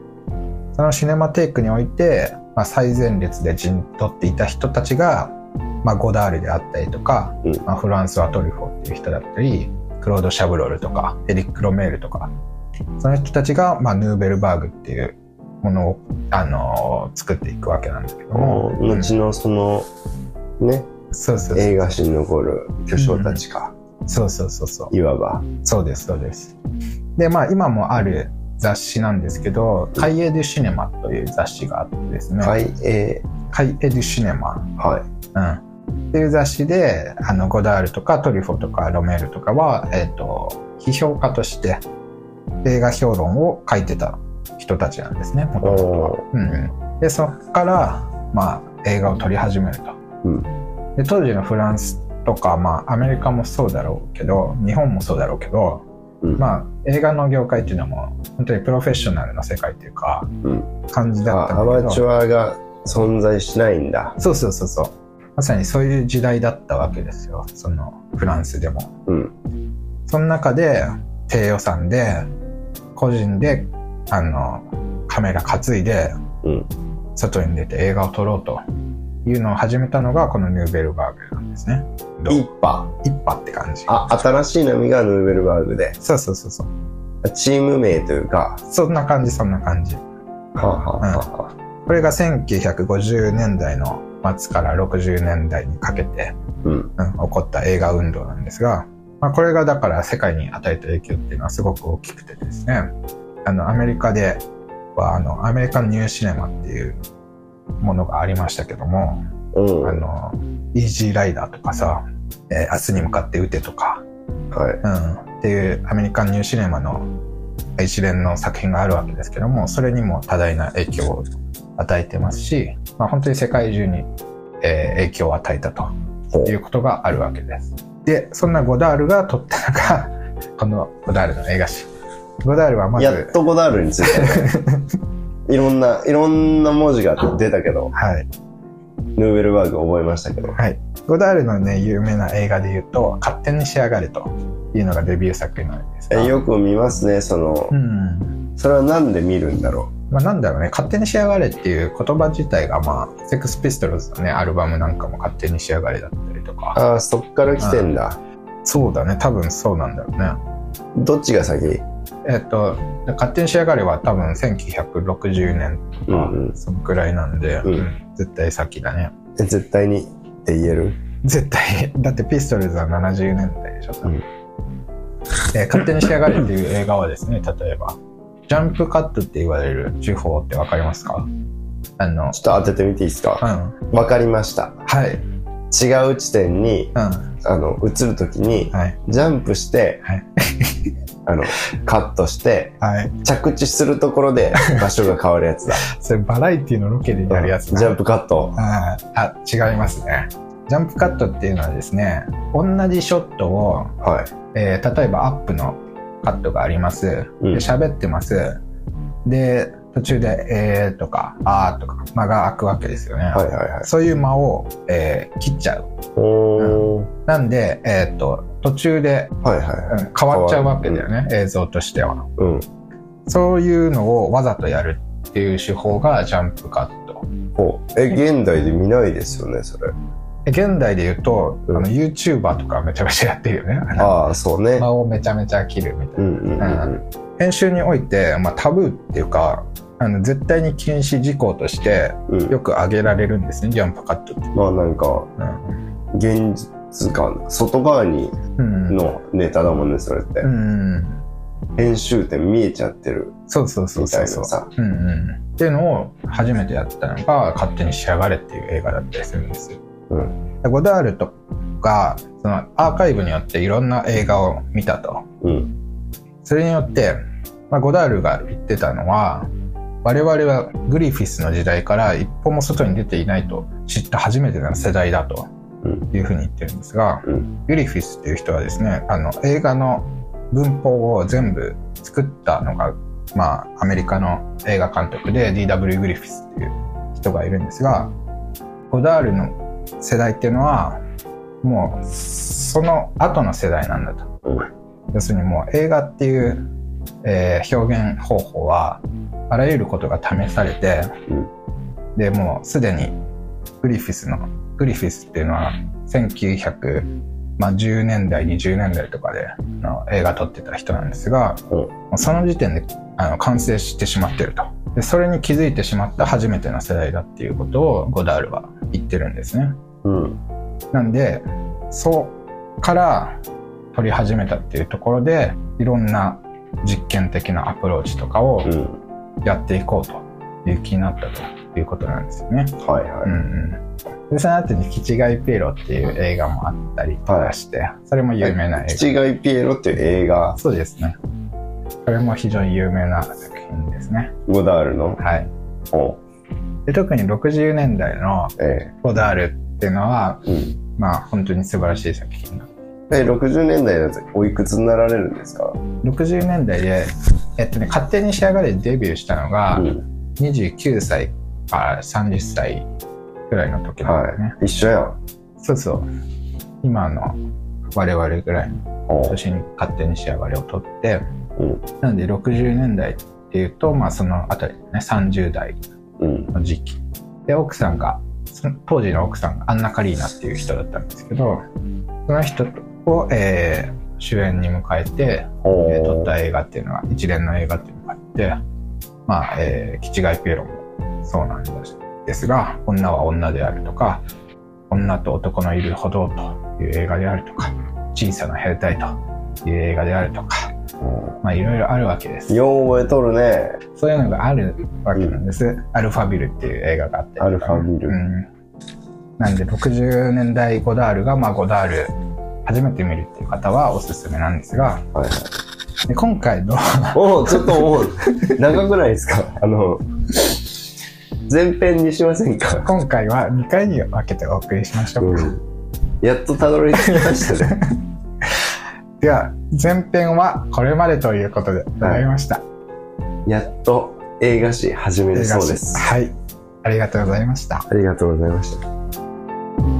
S1: そのシネマテイクにおいて、まあ、最前列で陣取っていた人たちが、まあ、ゴダールであったりとか、
S2: うん
S1: まあ、フランスはトリュフォーっていう人だったりクロード・シャブロルとかエリック・ロメールとかその人たちが、まあ、ヌーベルバーグっていうものを、あのー作っていくわけなんだけども、うん
S2: 後のそのね
S1: そうそうそう
S2: 映画史に残る巨匠たちか、
S1: そうそうそうそう
S2: いわば
S1: そうですそうですでまあ今もある雑誌なんですけど「海エデュシネマ」という雑誌があってですね「
S2: はいえ
S1: 海エデュシネマ
S2: ー、はい」
S1: うん、っていう雑誌であのゴダールとかトリュフォとかロメールとかは、えー、と批評家として映画評論を書いてた人たちなんですねもともとは
S2: おー。
S1: うんうんでそこから、まあ、映画を撮り始めると。
S2: うん
S1: で当時のフランスとか、まあ、アメリカもそうだろうけど日本もそうだろうけど、
S2: うん
S1: まあ、映画の業界っていうのはもう本当にプロフェッショナルな世界っていうか、
S2: うん
S1: 感じだった
S2: あア
S1: んだけど
S2: マチュアが存在しないんだ
S1: そうそうそうそうまさにそういう時代だったわけですよそのフランスでも
S2: うん
S1: その中で低予算で個人であのカメラ担いで
S2: うん
S1: 外に出て映画を撮ろうというのを始めたのがこのヌーベルバーグなんですね。どう
S2: 一派。
S1: 一派って感じ。
S2: あ、新しい波がヌーベルバーグで。
S1: そうそうそうそう。
S2: チーム名というか。
S1: そんな感じそんな感じ。
S2: はあ、はあはあはあ、
S1: これが1950年代の末から60年代にかけて、
S2: うん。
S1: うん、起こった映画運動なんですが、まあ、これがだから世界に与えた影響っていうのはすごく大きくてですねあのアメリカではあのアメリカンニューシネマっていうものがありましたけども
S2: うん。
S1: あ
S2: はい。
S1: のイージーライダーとかさ、えー明日に向かって撃てとか、うん、っていうアメリカンニューシネマの一連の作品があるわけですけどもそれにも多大な影響を与えてますし、まあ、本当に世界中に、えー影響を与えたと
S2: ほう
S1: いうことがあるわけです。で、そんなゴダールが撮ったのが、 このゴダールの映画誌。ゴダールはまず、
S2: やっとゴダールについ て。いろんな、いろんな文字が出たけど、
S1: はい。
S2: ヌーベルバーグ覚えましたけど。
S1: ゴダールのね、有名な映画で言うと、勝手に仕上がれというのがデビュー作になるんですが。
S2: えよく見ますね、その
S1: う、ん。
S2: それはなんで見るんだろ
S1: まあ、なんだろうね、勝手に仕上がれっていう言葉自体が、まあ、セックスピストルズのね、アルバムなんかも勝手に仕上がれだったりと
S2: う。
S1: か。
S2: ああ、そっから来てんだ。
S1: そうだね、多分そうなんだろうね。
S2: どっちが先
S1: えっ、と、勝手に仕上がれは多分1960年とか、
S2: うんうん
S1: そのくらいなんで、
S2: うん
S1: うん絶対先だね。
S2: え絶対にって言える
S1: 絶対 だってピストルズは70年代でしょ、
S2: うん
S1: えー勝手に仕上がれ」っていう映画はですね例えばジャンプカットって言われる手法って分かりますかあの
S2: ちょっと当ててみていいです
S1: うん
S2: か
S1: は
S2: わかりました。
S1: い
S2: 違う地点に、
S1: うん
S2: あの、映るときに、
S1: はい
S2: ジャンプして、
S1: はい
S2: あの、カットして、
S1: はい
S2: 着地するところで場所が変わるやつだ。
S1: それバラエティのロケでやるやつ
S2: ジ
S1: な
S2: ャンプカット。
S1: ああ違いますねジャンプカットっていうのはですね同じショットを、
S2: はい。
S1: えー例えばアップのカットがあります
S2: う
S1: で
S2: ん。
S1: 喋ってますで途中で「えー」とか「あー」とか間が空くわけですよね、
S2: はいはいはい。
S1: そういう間を、えー切っちゃう
S2: おー。
S1: なんで、えー、と途中で、
S2: はいはい。
S1: うん変わっちゃうわけだよね、映像としては
S2: うん。
S1: そういうのをわざとやるっていう手法がジャンプカット
S2: ほう。え、現代で見ないですよね、それ。
S1: で現代で言うと、
S2: うん
S1: あの YouTuber とかめちゃめちゃやってるよねあの
S2: ああ、そうね。
S1: 間をめちゃめちゃ切るみたいな
S2: うんうんうんうん。
S1: 編集において、まあ、タブーっていうかあの絶対に禁止事項として
S2: うん
S1: よく挙げられるんですねジャンプカットって、
S2: まあなんか、現実感、外側に
S1: うんうん
S2: のネタだもんね、それって
S1: う。ん
S2: 編集点見えちゃってる
S1: そうそうそう
S2: みた
S1: そ
S2: いうな
S1: そう
S2: さ。
S1: うんうん、っていうのを初めてやったのが「勝手に仕上がれ」っていう映画だったりするんですよ。
S2: う
S1: でゴダールとかそのアーカイブによっていろんな映画を見たと
S2: うん。
S1: それによって、まあ、ゴダールが言ってたのは我々はグリフィスの時代から一歩も外に出ていないと知った初めての世代だと
S2: うん
S1: いうふうに言ってるんですが、
S2: う
S1: グリフィスっていう人はですねあの映画の文法を全部作ったのが、まあ、アメリカの映画監督で D.W. グリフィスっていう人がいるんですがゴダールの世代っていうのはもうその後の世代なんだと。
S2: うん
S1: 要するにもう映画っていう、えー表現方法はあらゆることが試されて、でもうすでにグリフィスのグリフィスっていうのは1910年代20年代とかであの映画撮ってた人なんですが、
S2: うん
S1: もうその時点であの完成してしまってるとでそれに気づいてしまった初めての世代だっていうことをゴダールは言ってるんですね。
S2: うん。
S1: なんでそこから撮り始めたっていうところでいろんな実験的なアプローチとかを
S2: うん。
S1: やっていこうという気になったということなんですよね。
S2: はいうは
S1: ん
S2: い。
S1: うん、でその後に「キチガイピエロ」っていう映画もあったりとかして、それも有名な映
S2: 父がいピエロっていう映画
S1: 画、そうですねこれも非常に有名な作品ですね
S2: ゴダールの。
S1: はい
S2: お
S1: で特に60年代の
S2: え
S1: 「ゴダール」っていうのは
S2: えうん。
S1: まあ本当に素晴らしい作品なんで
S2: え、60年代だとおいくつになられるんですか
S1: 60年代で、えっとね、勝手に仕上がれデビューしたのが
S2: うん。
S1: 29歳から30歳ぐらいの時なんだよね、
S2: 一緒やん。
S1: そうそう今の我々ぐらいの
S2: お
S1: 年に勝手に仕上がれを取って、
S2: うん
S1: なんで60年代っていうと、まあ、そのあたりだね30代
S2: うん。
S1: の時期で奥さんがその当時の奥さんがアンナ・カリーナっていう人だったんですけどその人を、えー主演に迎えて、
S2: お
S1: えー撮っ
S2: ー
S1: た映画っていうのは一連の映画っていうのがあってまあ、えー、キチガイピエロもそうなんですが女は女であるとか女と男のいる歩道という映画であるとか小さな兵隊という映画であるとかまあいろいろあるわけです
S2: よう覚えとるね。
S1: そういうのがあるわけなんです。アルファビルっていう映画があって。
S2: アルファビル
S1: うん。なんで、60年代ゴダールが、まあ、ゴダール、初めて見るっていう方はおすすめなんですが、
S2: はいはい。
S1: で今回の
S2: おお、ちょっともう、長くないです かあの、前編にしませんか
S1: 今回は2回に分けてお送りしましょうか。
S2: うん。やっとたどり着きましたね。
S1: では、前編はこれまでということでございました。
S2: やっと映画史始め
S1: 映
S2: る
S1: 画
S2: そう
S1: 史
S2: です。
S1: はい。ありがとうございました。
S2: ありがとうございました。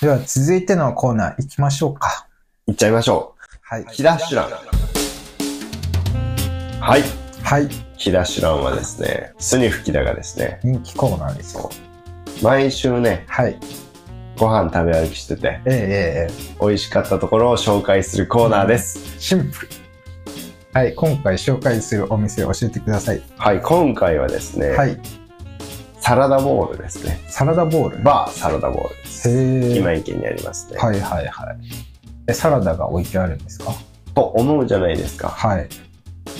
S1: では、続いてのコーナー行きましょうか。
S2: いっちゃいましょ
S1: はい。
S2: う。キラシュラン。はい。
S1: はい。
S2: キラシュランはですね、スニフキダがですね、
S1: 人気コーナーですよ。
S2: 毎週ね、
S1: はい。
S2: ご飯食べ歩きしてて、
S1: ええええええ
S2: 美味しかったところを紹介するコーナーです。
S1: シンプル。はい、今回紹介するお店を教えてください。
S2: はい、今回はですね、
S1: はい、
S2: サラダボールですね。
S1: サラダボール。
S2: バーサラダボールです。
S1: へえ。
S2: 今池にありますね。
S1: はいはいはい。え、サラダが置いてあるんですか
S2: と思うじゃないですか。
S1: はい。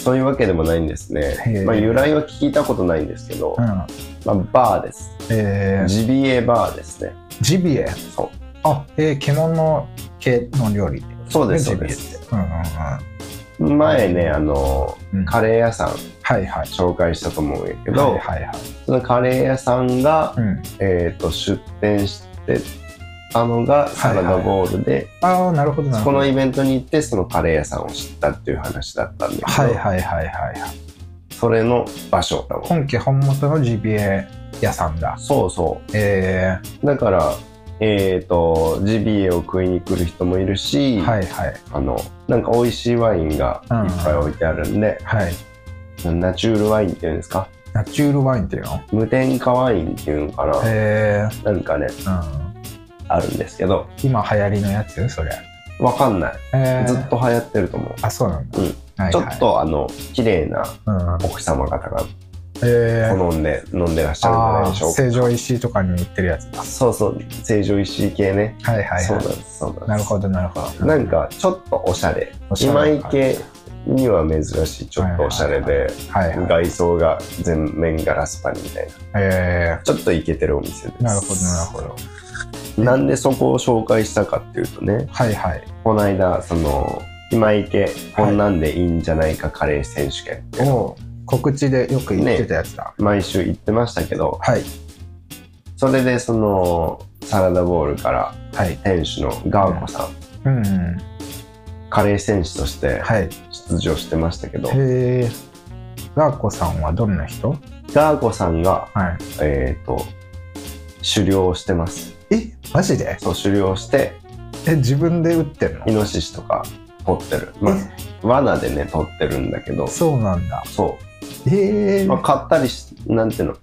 S2: そういうわけでもないんです
S1: へ
S2: ね
S1: え。
S2: まあ、由来は聞いたことないんですけど
S1: う、ん。
S2: まあ、バーです。
S1: えー、
S2: ジビエバーですね。
S1: ジビエ。
S2: そう。
S1: あ、えー、獣系の料理。
S2: そうです、そ
S1: ジ
S2: う
S1: ビエ
S2: で
S1: っ
S2: す。
S1: て。うんうんうん。
S2: 前ね、あの、
S1: うん
S2: カレー屋さん
S1: はいはい。
S2: 紹介したと思うんやけど、
S1: はいはいはい。
S2: そのカレー屋さんが、
S1: うん。
S2: えっ、と、出店してたのがサラダボールで、
S1: ああ、なるほどなるほ
S2: そこ
S1: ど。
S2: のイベントに行って、そのカレー屋さんを知ったっていう話だったんだけど、
S1: はいはいはいはいはい。
S2: それの場所だもん。
S1: 本家本元のジビエ屋さんだ。
S2: そうそ
S1: え
S2: う。だから、えっ、と、ジビエを食いに来る人もいるし、
S1: ー、はいはい。
S2: あの、なんか美味しいワインがいっぱい置いてあるんで、
S1: はい。
S2: ナチュールワインっていうんですか
S1: ナチュールワインっていうの
S2: 無添加ワインっていうのかな、
S1: え
S2: なんかね、
S1: ー、うん。
S2: あるんですけど、
S1: 今流行りのやつそれ、
S2: わかんない。
S1: えー
S2: ずっと流行ってると思う。
S1: あそうなんだ、
S2: うん
S1: はいはい、
S2: ちょっ、とあの、綺麗な
S1: うん、
S2: 奥様方が
S1: えー、
S2: 好んで飲んでらっしゃるんじゃ
S1: あ
S2: な
S1: あ
S2: いでしょうか。
S1: 成城石井とかに売ってるやつだ
S2: そうそう、成城石井系ね。
S1: はいはいはい
S2: そうなんです、そうなんです。
S1: なるほどなるほど
S2: なんか、ちょっとおしゃれ。
S1: おしゃ
S2: 今
S1: れ
S2: 池には珍しい、ちょっとおしゃれ
S1: はい
S2: で、
S1: はいはい、
S2: 外装が全面ガラスパンみたいな、
S1: え
S2: ちょっとイケてるお店です。
S1: ー、なるほどなるほど
S2: なんでそこを紹介したかっていうとね、
S1: はいはい
S2: この間、その、今池、こんなんでいいんじゃないかカレー選手権、
S1: お告知でよく言ってたやつだ、
S2: 毎週行ってましたけど、
S1: はい
S2: それでその、サラダボールから
S1: はい
S2: 店主のガーコさん、
S1: うんうん
S2: カレー選手として
S1: はい
S2: 出場してましたけど、
S1: へえガーコさんはどんな人
S2: ガーコさんが、
S1: は
S2: えっ、と、狩猟をしてます。
S1: いえマジで
S2: そう、狩猟をして、
S1: え自分で打ってんの
S2: イノシシとか取ってる。まあ、罠でね、取ってるんだけど、
S1: そうなんだ
S2: そ
S1: へえ
S2: う。
S1: ー
S2: まあ、買ったりし、なんていうの、
S1: うん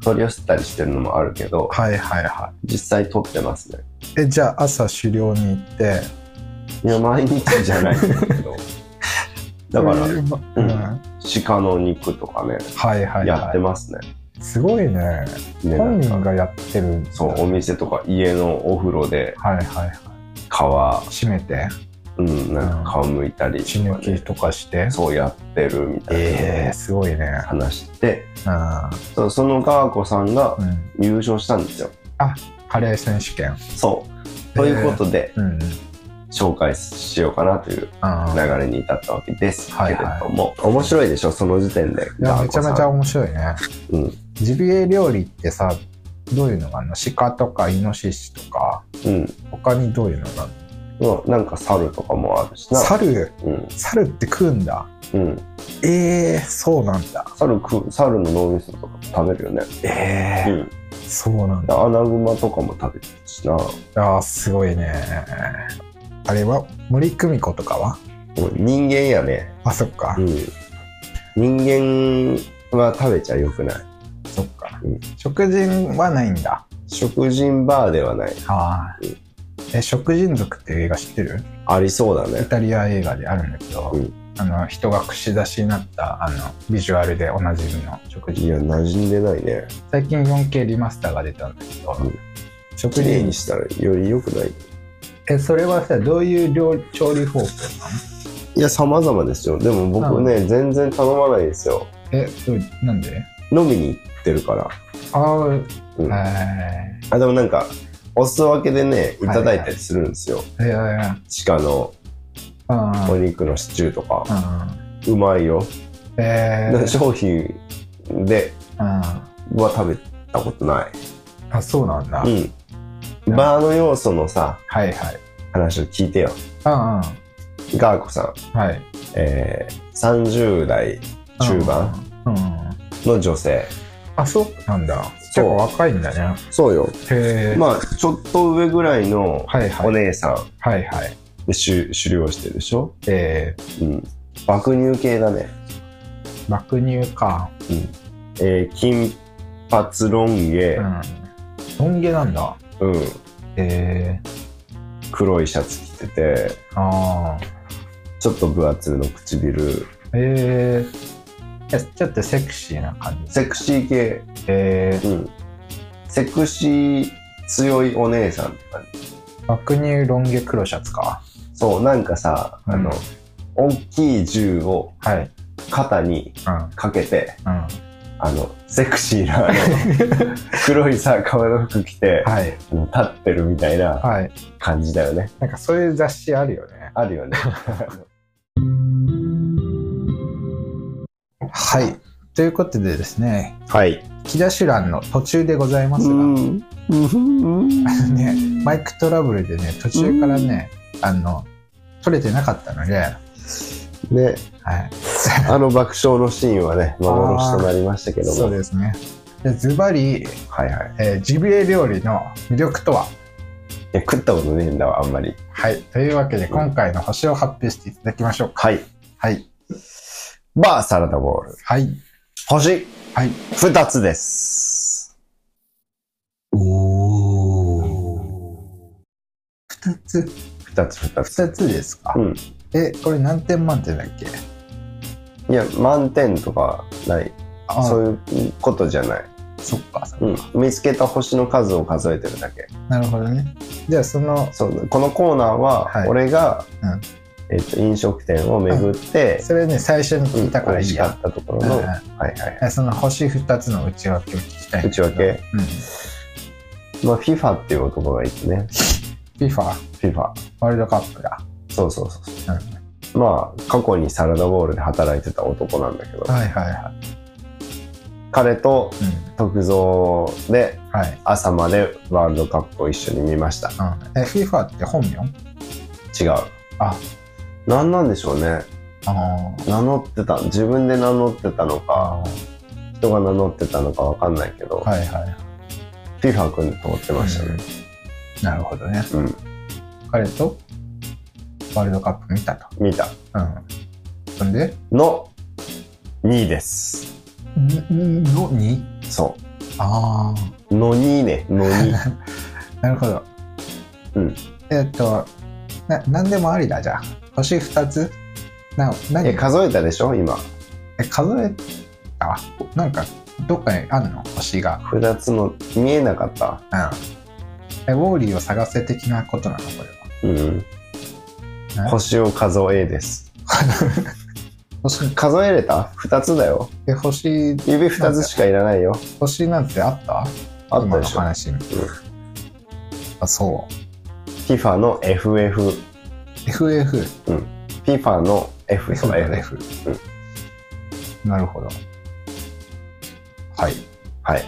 S2: 取り寄せたりしてるのもあるけど、
S1: はいはいはい
S2: 実際取ってますね。
S1: えじゃあ朝狩猟に行って
S2: いや、毎日じゃないんだけど。だから、
S1: そういうまうん
S2: うん
S1: は
S2: 鹿の肉とかね、
S1: いはい
S2: やって
S1: は
S2: ますね。
S1: いすごいね
S2: ね
S1: 本
S2: な
S1: 人
S2: んか
S1: がやってるんだ
S2: そう、お店とか家のお風呂で
S1: はいはいは
S2: 皮、
S1: い閉めて
S2: うん、なんか皮むいたり
S1: 血
S2: とか
S1: 抜
S2: ね
S1: きとかして
S2: そうやってるみたい
S1: え
S2: な
S1: ー、すごいね
S2: 話して、
S1: うん
S2: そうそのガーコさんが
S1: うん
S2: 優勝したんですよ。
S1: カレー選手権。
S2: そう。ということで、
S1: うんうん。
S2: 紹介しようかなという
S1: あー
S2: 流れに至ったわけですけ
S1: はい
S2: れ
S1: はい
S2: ども、面白いでしょ、その時点で。
S1: いやめちゃめちゃ面白いね。
S2: うん。
S1: ジビエ料理ってさ、どういうのがあるの鹿とかイノシシとか、
S2: うん。
S1: 他にどういうのがある
S2: まあなんか猿とかもあるし
S1: の
S2: な。
S1: 猿、
S2: うん。
S1: 猿って食うんだ。
S2: うん。
S1: ええー、そうなんだ。
S2: 猿食う、猿の脳みそとか食べるよね。
S1: ええ
S2: う
S1: ー、
S2: ん。
S1: そうなん
S2: で
S1: だ。
S2: アナグマとかも食べてるしな。
S1: あーすごいね。あれは森久美子とかは
S2: うん人間やね。
S1: あ、そっか、
S2: うん。人間は食べちゃよくない。
S1: そっか、
S2: うん
S1: 食人はないんだ。
S2: 食人バーではない。
S1: は
S2: うん
S1: い。え、食人族っていう映画知ってる
S2: ありそうだ
S1: イ
S2: ね。
S1: タリア映画であるんだけど、
S2: うん
S1: あの、人が串出しになった、あの、ビジュアルでおなじみの食人
S2: いや、馴染んでないね。
S1: 最近 4K リマスターが出たんだけど、
S2: うん
S1: 食
S2: 綺麗
S1: 人
S2: にしたらより良くない。
S1: えそれはさどういう料理調理方法
S2: いや、様々ですよ。でも僕ね、全然頼まないんですよ。
S1: なのえどうなんで
S2: 飲みに行ってるから。
S1: ああ、うん、
S2: うん
S1: え
S2: あ、でもなんか、お裾分けでね、い
S1: はい
S2: ただいたりするんですよ。
S1: ー、いやいや
S2: 鹿の
S1: うん
S2: お肉のシチューとか。
S1: うん
S2: うまいよ。
S1: え
S2: なん
S1: ー、
S2: か商品で
S1: うん
S2: は食べたことない。
S1: あそうなんだ、
S2: うん。バーの要素のさ、
S1: はいはい
S2: 話を聞いてよ。
S1: うんうん
S2: ガーコさん、
S1: はい
S2: えー、30代中盤
S1: うん、うん、
S2: の女性。
S1: あそうなんだ結
S2: そう
S1: 構若いんだね
S2: そうよ。
S1: へえ、
S2: まあ、ちょっと上ぐらいの
S1: はいは
S2: お
S1: い
S2: 姉さん
S1: はいはい
S2: で狩狩猟してるでしょ
S1: え
S2: うん。爆乳系だね。
S1: ー、爆乳か
S2: えー、金髪ロン毛
S1: う、んロン毛なんだ
S2: うん、
S1: えー、
S2: 黒いシャツ着てて、
S1: ああ
S2: ちょっと分厚の唇、
S1: えー、いやちょっとセクシーな感じ
S2: セクシー系、
S1: え
S2: うん。セクシー強いお姉さんって感じ。
S1: ー、爆乳ロン毛黒シャツか
S2: そう、なんかさ、あの、大きい銃を
S1: はい
S2: 肩に
S1: うん
S2: かけて、
S1: うん
S2: あの、セクシーな、あの 黒いさ、革の服着て、
S1: はい
S2: あの立ってるみたいな
S1: はい
S2: 感じだよね。
S1: なんかそういう雑誌あるよね
S2: あるよね。
S1: はいということでですね
S2: はい。
S1: 木田修蘭の途中でございますが、
S2: ん。
S1: ねマイクトラブルでね途中からね、あの撮れてなかったので、は
S2: ね、
S1: い、
S2: あの爆笑のシーン はね、幻となりましたけど
S1: そう
S2: も。
S1: ですねでズバリ、
S2: はいはい。
S1: えージビエ料理の魅力とはい
S2: や、食ったことねえんだわ、あんまり。
S1: はいというわけで今回の星を発表していただきましょうか
S2: はい。
S1: はい
S2: バーサラダボール。
S1: はい
S2: 星
S1: はい
S2: 二つです。
S1: 二つ
S2: 二つ二つ。
S1: 二つですか、
S2: うん。
S1: えこれ何点満点だっけ
S2: いや、満点とかない。
S1: あ
S2: そ
S1: そう
S2: いうことじゃない。
S1: っかそっか、
S2: うん。見つけた星の数を数えてるだけ。
S1: なるほどねじゃあその
S2: そうこのコーナーは
S1: は、い
S2: 俺が、
S1: うん
S2: えっと飲食店を巡って、
S1: それね最初に
S2: うん
S1: 聞いたからいい
S2: 美味しか
S1: や、
S2: ったところ
S1: うん
S2: の、
S1: うん
S2: はいはい。
S1: えその星2つの内訳を聞きたいんだけど
S2: 内訳まあ、FIFA っていう男がいてね。
S1: うん FIFA
S2: FIFA。
S1: ワールドカップだ
S2: そうそうそうそう。
S1: うん
S2: まあ、過去にサラダボールで働いてた男なんだけど、
S1: はいはいはい
S2: 彼と
S1: うん
S2: 徳蔵で
S1: はい、
S2: 朝までワールドカップを一緒に見ました。
S1: うん、え FIFA って本名
S2: 違う。
S1: あ、
S2: 何なんでしょうね。
S1: あの
S2: 名乗ってた、自分で名乗ってたのか、
S1: あ
S2: 人が名乗ってたのかわかんないけど、
S1: はいはい
S2: FIFA 君と通ってましたね。
S1: なるほどね、
S2: うん
S1: 彼とワールドカップ見たと
S2: 見た。
S1: うんそんで
S2: の2です。
S1: んんの2
S2: そ
S1: ああ
S2: う。の2ね。の2。
S1: なるほど。
S2: うん。
S1: えっと、な、なんでもありだ、じゃあ。星2つな、何
S2: え、数えたでしょ今。
S1: え、数えたなんか、どっかにあんの星が。
S2: 2つの、見えなかった。
S1: うん。え、ウォーリーを探せ的なことなの、これは。
S2: うん
S1: ね。
S2: 星を数えです。
S1: 星、
S2: 数えれた ?2 つだよ。
S1: え、星、
S2: 指2つしかいらないよ。
S1: 星なんてあった
S2: あった
S1: 今の
S2: でしょ。
S1: 話に。あ、そ
S2: FIFA の FF、
S1: う。FF。
S2: FIFA の F と
S1: F
S2: F。
S1: F。なるほど。はい。
S2: はい。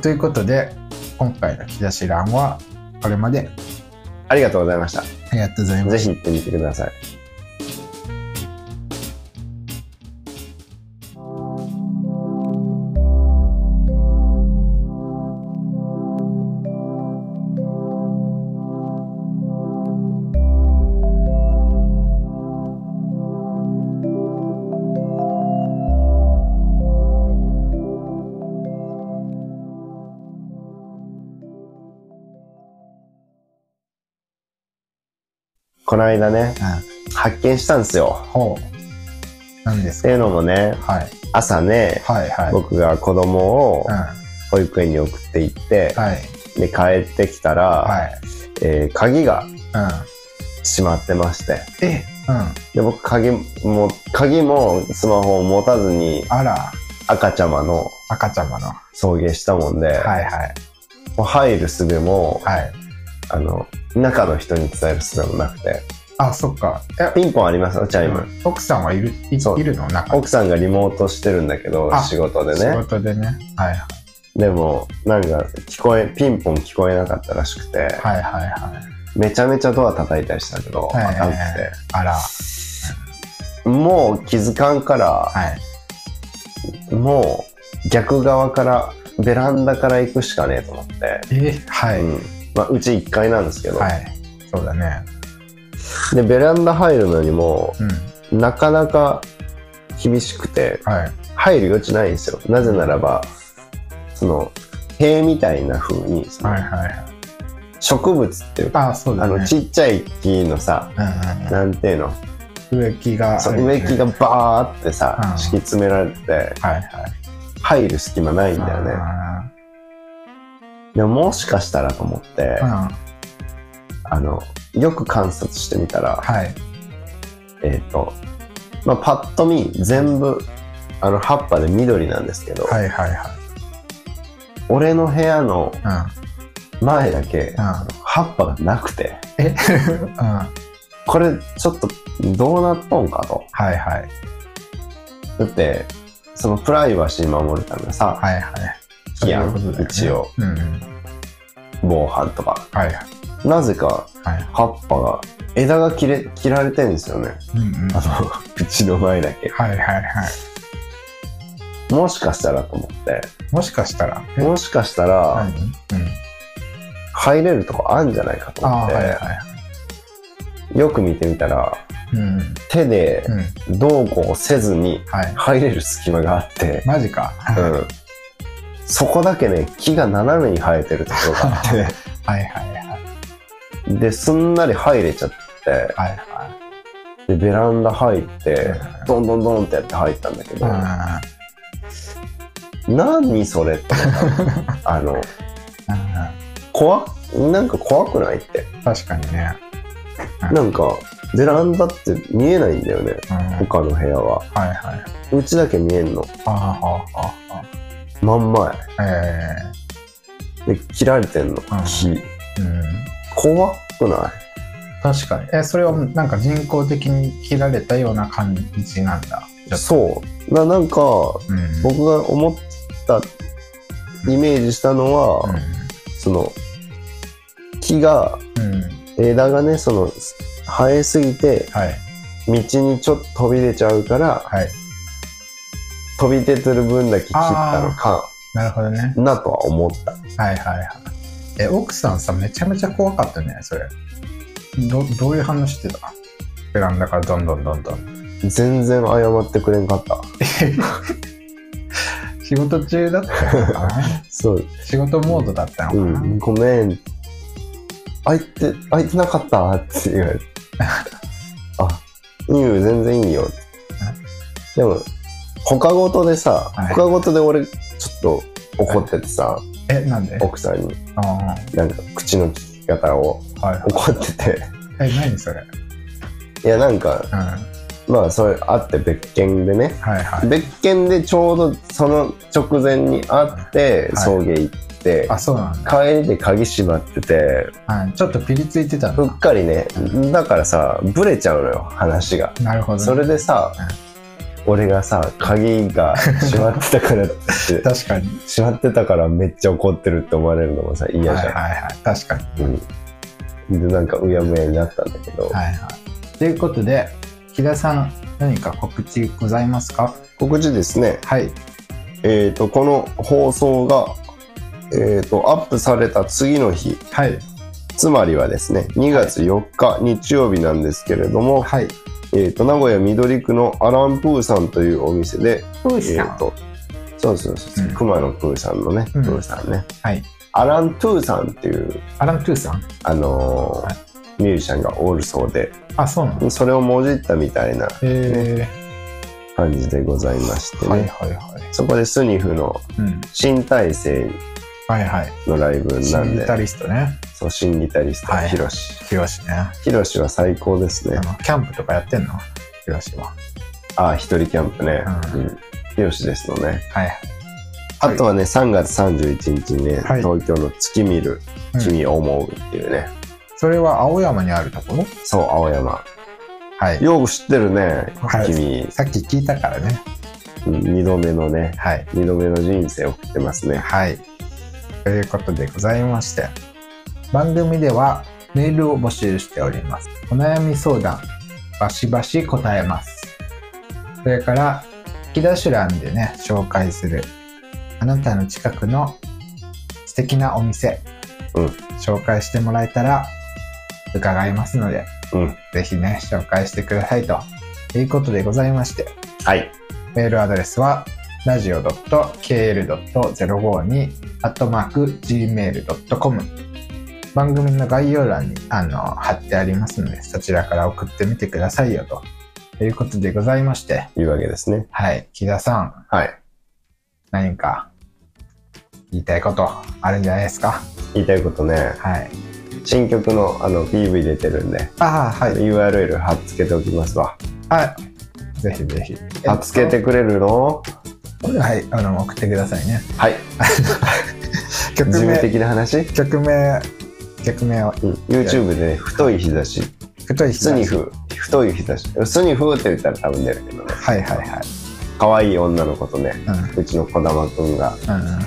S1: ということで、今回の引き出し欄は、これまで
S2: ありがとうございました。
S1: ありがとうございます。
S2: ぜひ行ってみてください。この間ね、
S1: う
S2: 発見したんですよ
S1: ん。。ほう。なんです
S2: って
S1: か
S2: いうのもね、
S1: はい。
S2: 朝ね、
S1: はいはい。
S2: 僕が子供を
S1: うん。
S2: 保育園に送って行って、
S1: はい。
S2: で、帰ってきたら、
S1: はい。
S2: えー鍵が
S1: う
S2: 閉まってまして。
S1: ん。えうん。
S2: で、僕、鍵も、鍵もスマホを持たずに
S1: あら、
S2: 赤ちゃまの
S1: 赤ちゃまの。は
S2: 送迎したもんで、
S1: いはい。
S2: もう入る術も、
S1: はい。
S2: あの、中の人に伝える術もなくて、
S1: あ、そっか。え、
S2: ピンポンありますよ、チャイム。
S1: 奥さんはいる、い
S2: そう
S1: いるの中
S2: 奥さんがリモートしてるんだけど
S1: あ、
S2: 仕事で
S1: 仕
S2: ね。
S1: 事でね。はい
S2: でも、なんか、聞こえ、ピンポン聞こえなかったらしくて、
S1: はいはいはい。
S2: めちゃめちゃドア叩いたりしたけど、
S1: はい
S2: あかんく
S1: あら、
S2: て。もう気づかんから、
S1: はい。
S2: もう逆側から、ベランダから行くしかねえと思って。
S1: え、はい。
S2: うんまあ、うち1階なんですけど、
S1: はい。そうだね。
S2: でベランダ入るのにも
S1: うん。
S2: なかなか厳しくて
S1: はい。
S2: 入る余地ないんですよなぜならばその塀みたいな風にその
S1: はいはい。
S2: 植物っていうか、
S1: あ、そうだ
S2: あ
S1: ね。
S2: のちっちゃい木のさ
S1: うん
S2: なんていうの
S1: うんうん。植木が。
S2: そう植木がバーってさ、
S1: うん
S2: 敷き詰められて
S1: はいはい。
S2: 入る隙間ないんだよね
S1: あ
S2: でももしかしたらと思って
S1: ーうん。
S2: あのよく観察してみたら、
S1: はい。
S2: えっ、と、まあ、パッと見全部あの葉っぱで緑なんですけど、
S1: はいはいはい。
S2: 俺の部屋の
S1: う
S2: 前だけ
S1: ん。
S2: 葉っぱがなくて、
S1: うん。うん。は
S2: これちょっとどうなっとんかと。
S1: いはい。
S2: だって、そのプライバシー守るためのさ、
S1: はいはい。
S2: 木やん
S1: そういうことだよね
S2: 一応。
S1: うんうん。
S2: 防犯とか。
S1: はいはい。
S2: なぜか
S1: はい。
S2: 葉っぱが、枝が切れ、切られてんですよね。
S1: うんうん。は
S2: あの、う ちの前だけ。
S1: いはいは
S2: もしかしたらと思っ
S1: い。もしかしたら。
S2: て、もしかした
S1: 何
S2: ら
S1: うん。
S2: 入れるとこあるんじゃないかと
S1: あ
S2: 思
S1: あー、
S2: って、
S1: はいは
S2: よく見てみたら、
S1: い。うんうん。
S2: 手で
S1: うん。
S2: どうこうせずに
S1: はい。
S2: 入れる隙間があって、
S1: マジ か。
S2: うん、そこだけね木が斜めに生えてるところがあっ
S1: はいはいはい。
S2: て ですんなり入れちゃって
S1: はいは
S2: でベランダ入って
S1: い。
S2: どんどんどんってやって入ったんだけ
S1: う
S2: ど、
S1: ん。
S2: 何それって思った あの
S1: う
S2: 怖っなんか怖くないって
S1: ん確かにね。
S2: なんかベランダって見えないんだよね
S1: うん。はい
S2: 他の部屋は
S1: はい。
S2: うちだけ見えんの
S1: ああ、はあ、はあ。
S2: 真ん前
S1: え
S2: で切られてんの木
S1: えうん、
S2: 怖くない
S1: 確かにえそれはなんか人工的に切られたような感じなんだちょっ
S2: そうななんか
S1: とうん
S2: 僕が思ったイメージしたのは、その木が
S1: うん、うん、
S2: 枝がねその生えすぎて
S1: はい
S2: 道にちょっと飛び出ちゃうから
S1: はい
S2: 飛び出てる分だけ切ったのか
S1: なるほどね
S2: なとは思った
S1: はいはいはいえ奥さんさめちゃめちゃ怖かったねそれどどういう話してたベランダからどんどんどんどん
S2: 全然謝ってくれんかった
S1: 仕事中だったのか な
S2: そう
S1: 仕事モードだったの
S2: う
S1: かな、
S2: んごめん開いて開いてなかったって言わ れてあいいよ全然いいよでも他事でさ、
S1: はい
S2: 他事で俺ちょっと怒っててさ、
S1: えなんで
S2: 奥さんに
S1: ああ
S2: なんか口の聞き方を
S1: はいはい
S2: 怒ってて
S1: え何それうん
S2: いやなんか
S1: は
S2: まあそれあって別件でね
S1: いはい
S2: 別件でちょうどその直前に会って
S1: はい
S2: 送迎行って
S1: あ、そうなんだ。
S2: 帰りで鍵閉まってて
S1: はい。ちょっとピリついてたんだ
S2: うっかりねだからさブレちゃうのよ話が
S1: なるほど、ね。
S2: それでさ俺がさ鍵が閉まってた からって
S1: 確かに。
S2: 閉まってたからめっちゃ怒ってるって思われるのもさ嫌じゃん、
S1: はいはいはい。確かに。
S2: うん、でなんかうやむやになったんだけ
S1: は
S2: ど、
S1: いはい。ということで、木田さん、何か告知ございますか
S2: 告知ですね
S1: はい。
S2: えー、とこの放送が、えー、とアップされた次の日
S1: はい。
S2: つまりはですね2月4日日曜日なんですけれども、
S1: はい。
S2: えー、と名古屋緑区のアランプーさんというお店で、
S1: プー
S2: えー、とそうそうそう、
S1: うん
S2: 熊野プーさんのね、
S1: うん
S2: プーさんね
S1: はい。
S2: アラン・トゥーさんっていう、
S1: アラン・トゥーさん
S2: あのー
S1: はい
S2: ミュージシャンがおるそうで
S1: あ、そうなんだ。
S2: それをもじったみたいな
S1: へ
S2: 感じでございまして
S1: ー。
S2: ね、
S1: はいはいはい。
S2: そこでスニフの
S1: うん。
S2: 新体制
S1: はいはい。
S2: のライブ
S1: シ
S2: なん
S1: ンギ
S2: で
S1: タリストね。
S2: そう新ギタリスト
S1: はい
S2: ヒロシ
S1: ヒロシね。あ
S2: ヒロシは最高ですね
S1: の、キャンプとかやってんのヒロシは。
S2: ああ一人キャンプね
S1: う
S2: うんヒロシですのね
S1: はい。
S2: あとはね3月31日にね、
S1: はい
S2: 東京の月見る
S1: うん
S2: 君を思うっていうね、
S1: それは青山にあるところ
S2: そう青山
S1: はい。
S2: よく知ってるね、
S1: はい
S2: 君
S1: さっき聞いたからね。
S2: うん二度目のね
S1: はい。
S2: 二度目の人生を送ってますね
S1: はい。ということでございまして、番組ではメールを募集しております。お悩み相談、バシバシ答えます。それから、引き出し欄でね、紹介する、あなたの近くの素敵なお店、
S2: うん
S1: 紹介してもらえたら伺いますので、
S2: うん
S1: ぜひね、紹介してくださいと。いうことでございまして、
S2: はい
S1: メールアドレスは radio.kl.052 アットマーク gmail.com 番組の概要欄にあの貼ってありますのでそちらから送ってみてくださいよということでございまして
S2: いうわけですね
S1: はい木田さん
S2: はい
S1: 何か言いたいことあるんじゃないですか
S2: 言いたいことね
S1: はい
S2: 新曲のあの PV 出てるんで
S1: ああはい
S2: URL 貼っつけておきますわ
S1: はいぜひぜひ
S2: 貼っつけてくれるの
S1: はいあの送ってくださいね
S2: はい
S1: 曲
S2: 事務
S1: 名
S2: 的な話
S1: 曲名曲名を
S2: うん YouTube でね太い日差し
S1: 太い日
S2: ス
S1: 差
S2: ニ
S1: し
S2: フ太い日差しスニフって言ったら多分出るけどね
S1: はいはいはい
S2: 可愛い女の子とね
S1: うん
S2: うちの児玉くんが
S1: うんうん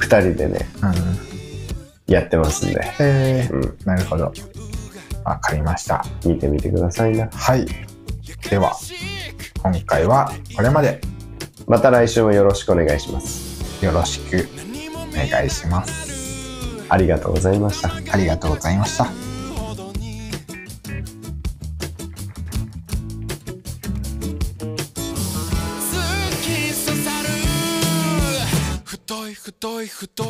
S2: 2人でね
S1: うん
S2: やってますんで、
S1: え
S2: うん、
S1: ー、なるほど。わかりました。
S2: 見てみてくださいな
S1: はい。では、今回はこれまで
S2: また来週もよろしくお願いします
S1: よろしくお願いします。
S2: ありがとうございました
S1: ありがとうございました。
S4: 突き刺さる太い太い太い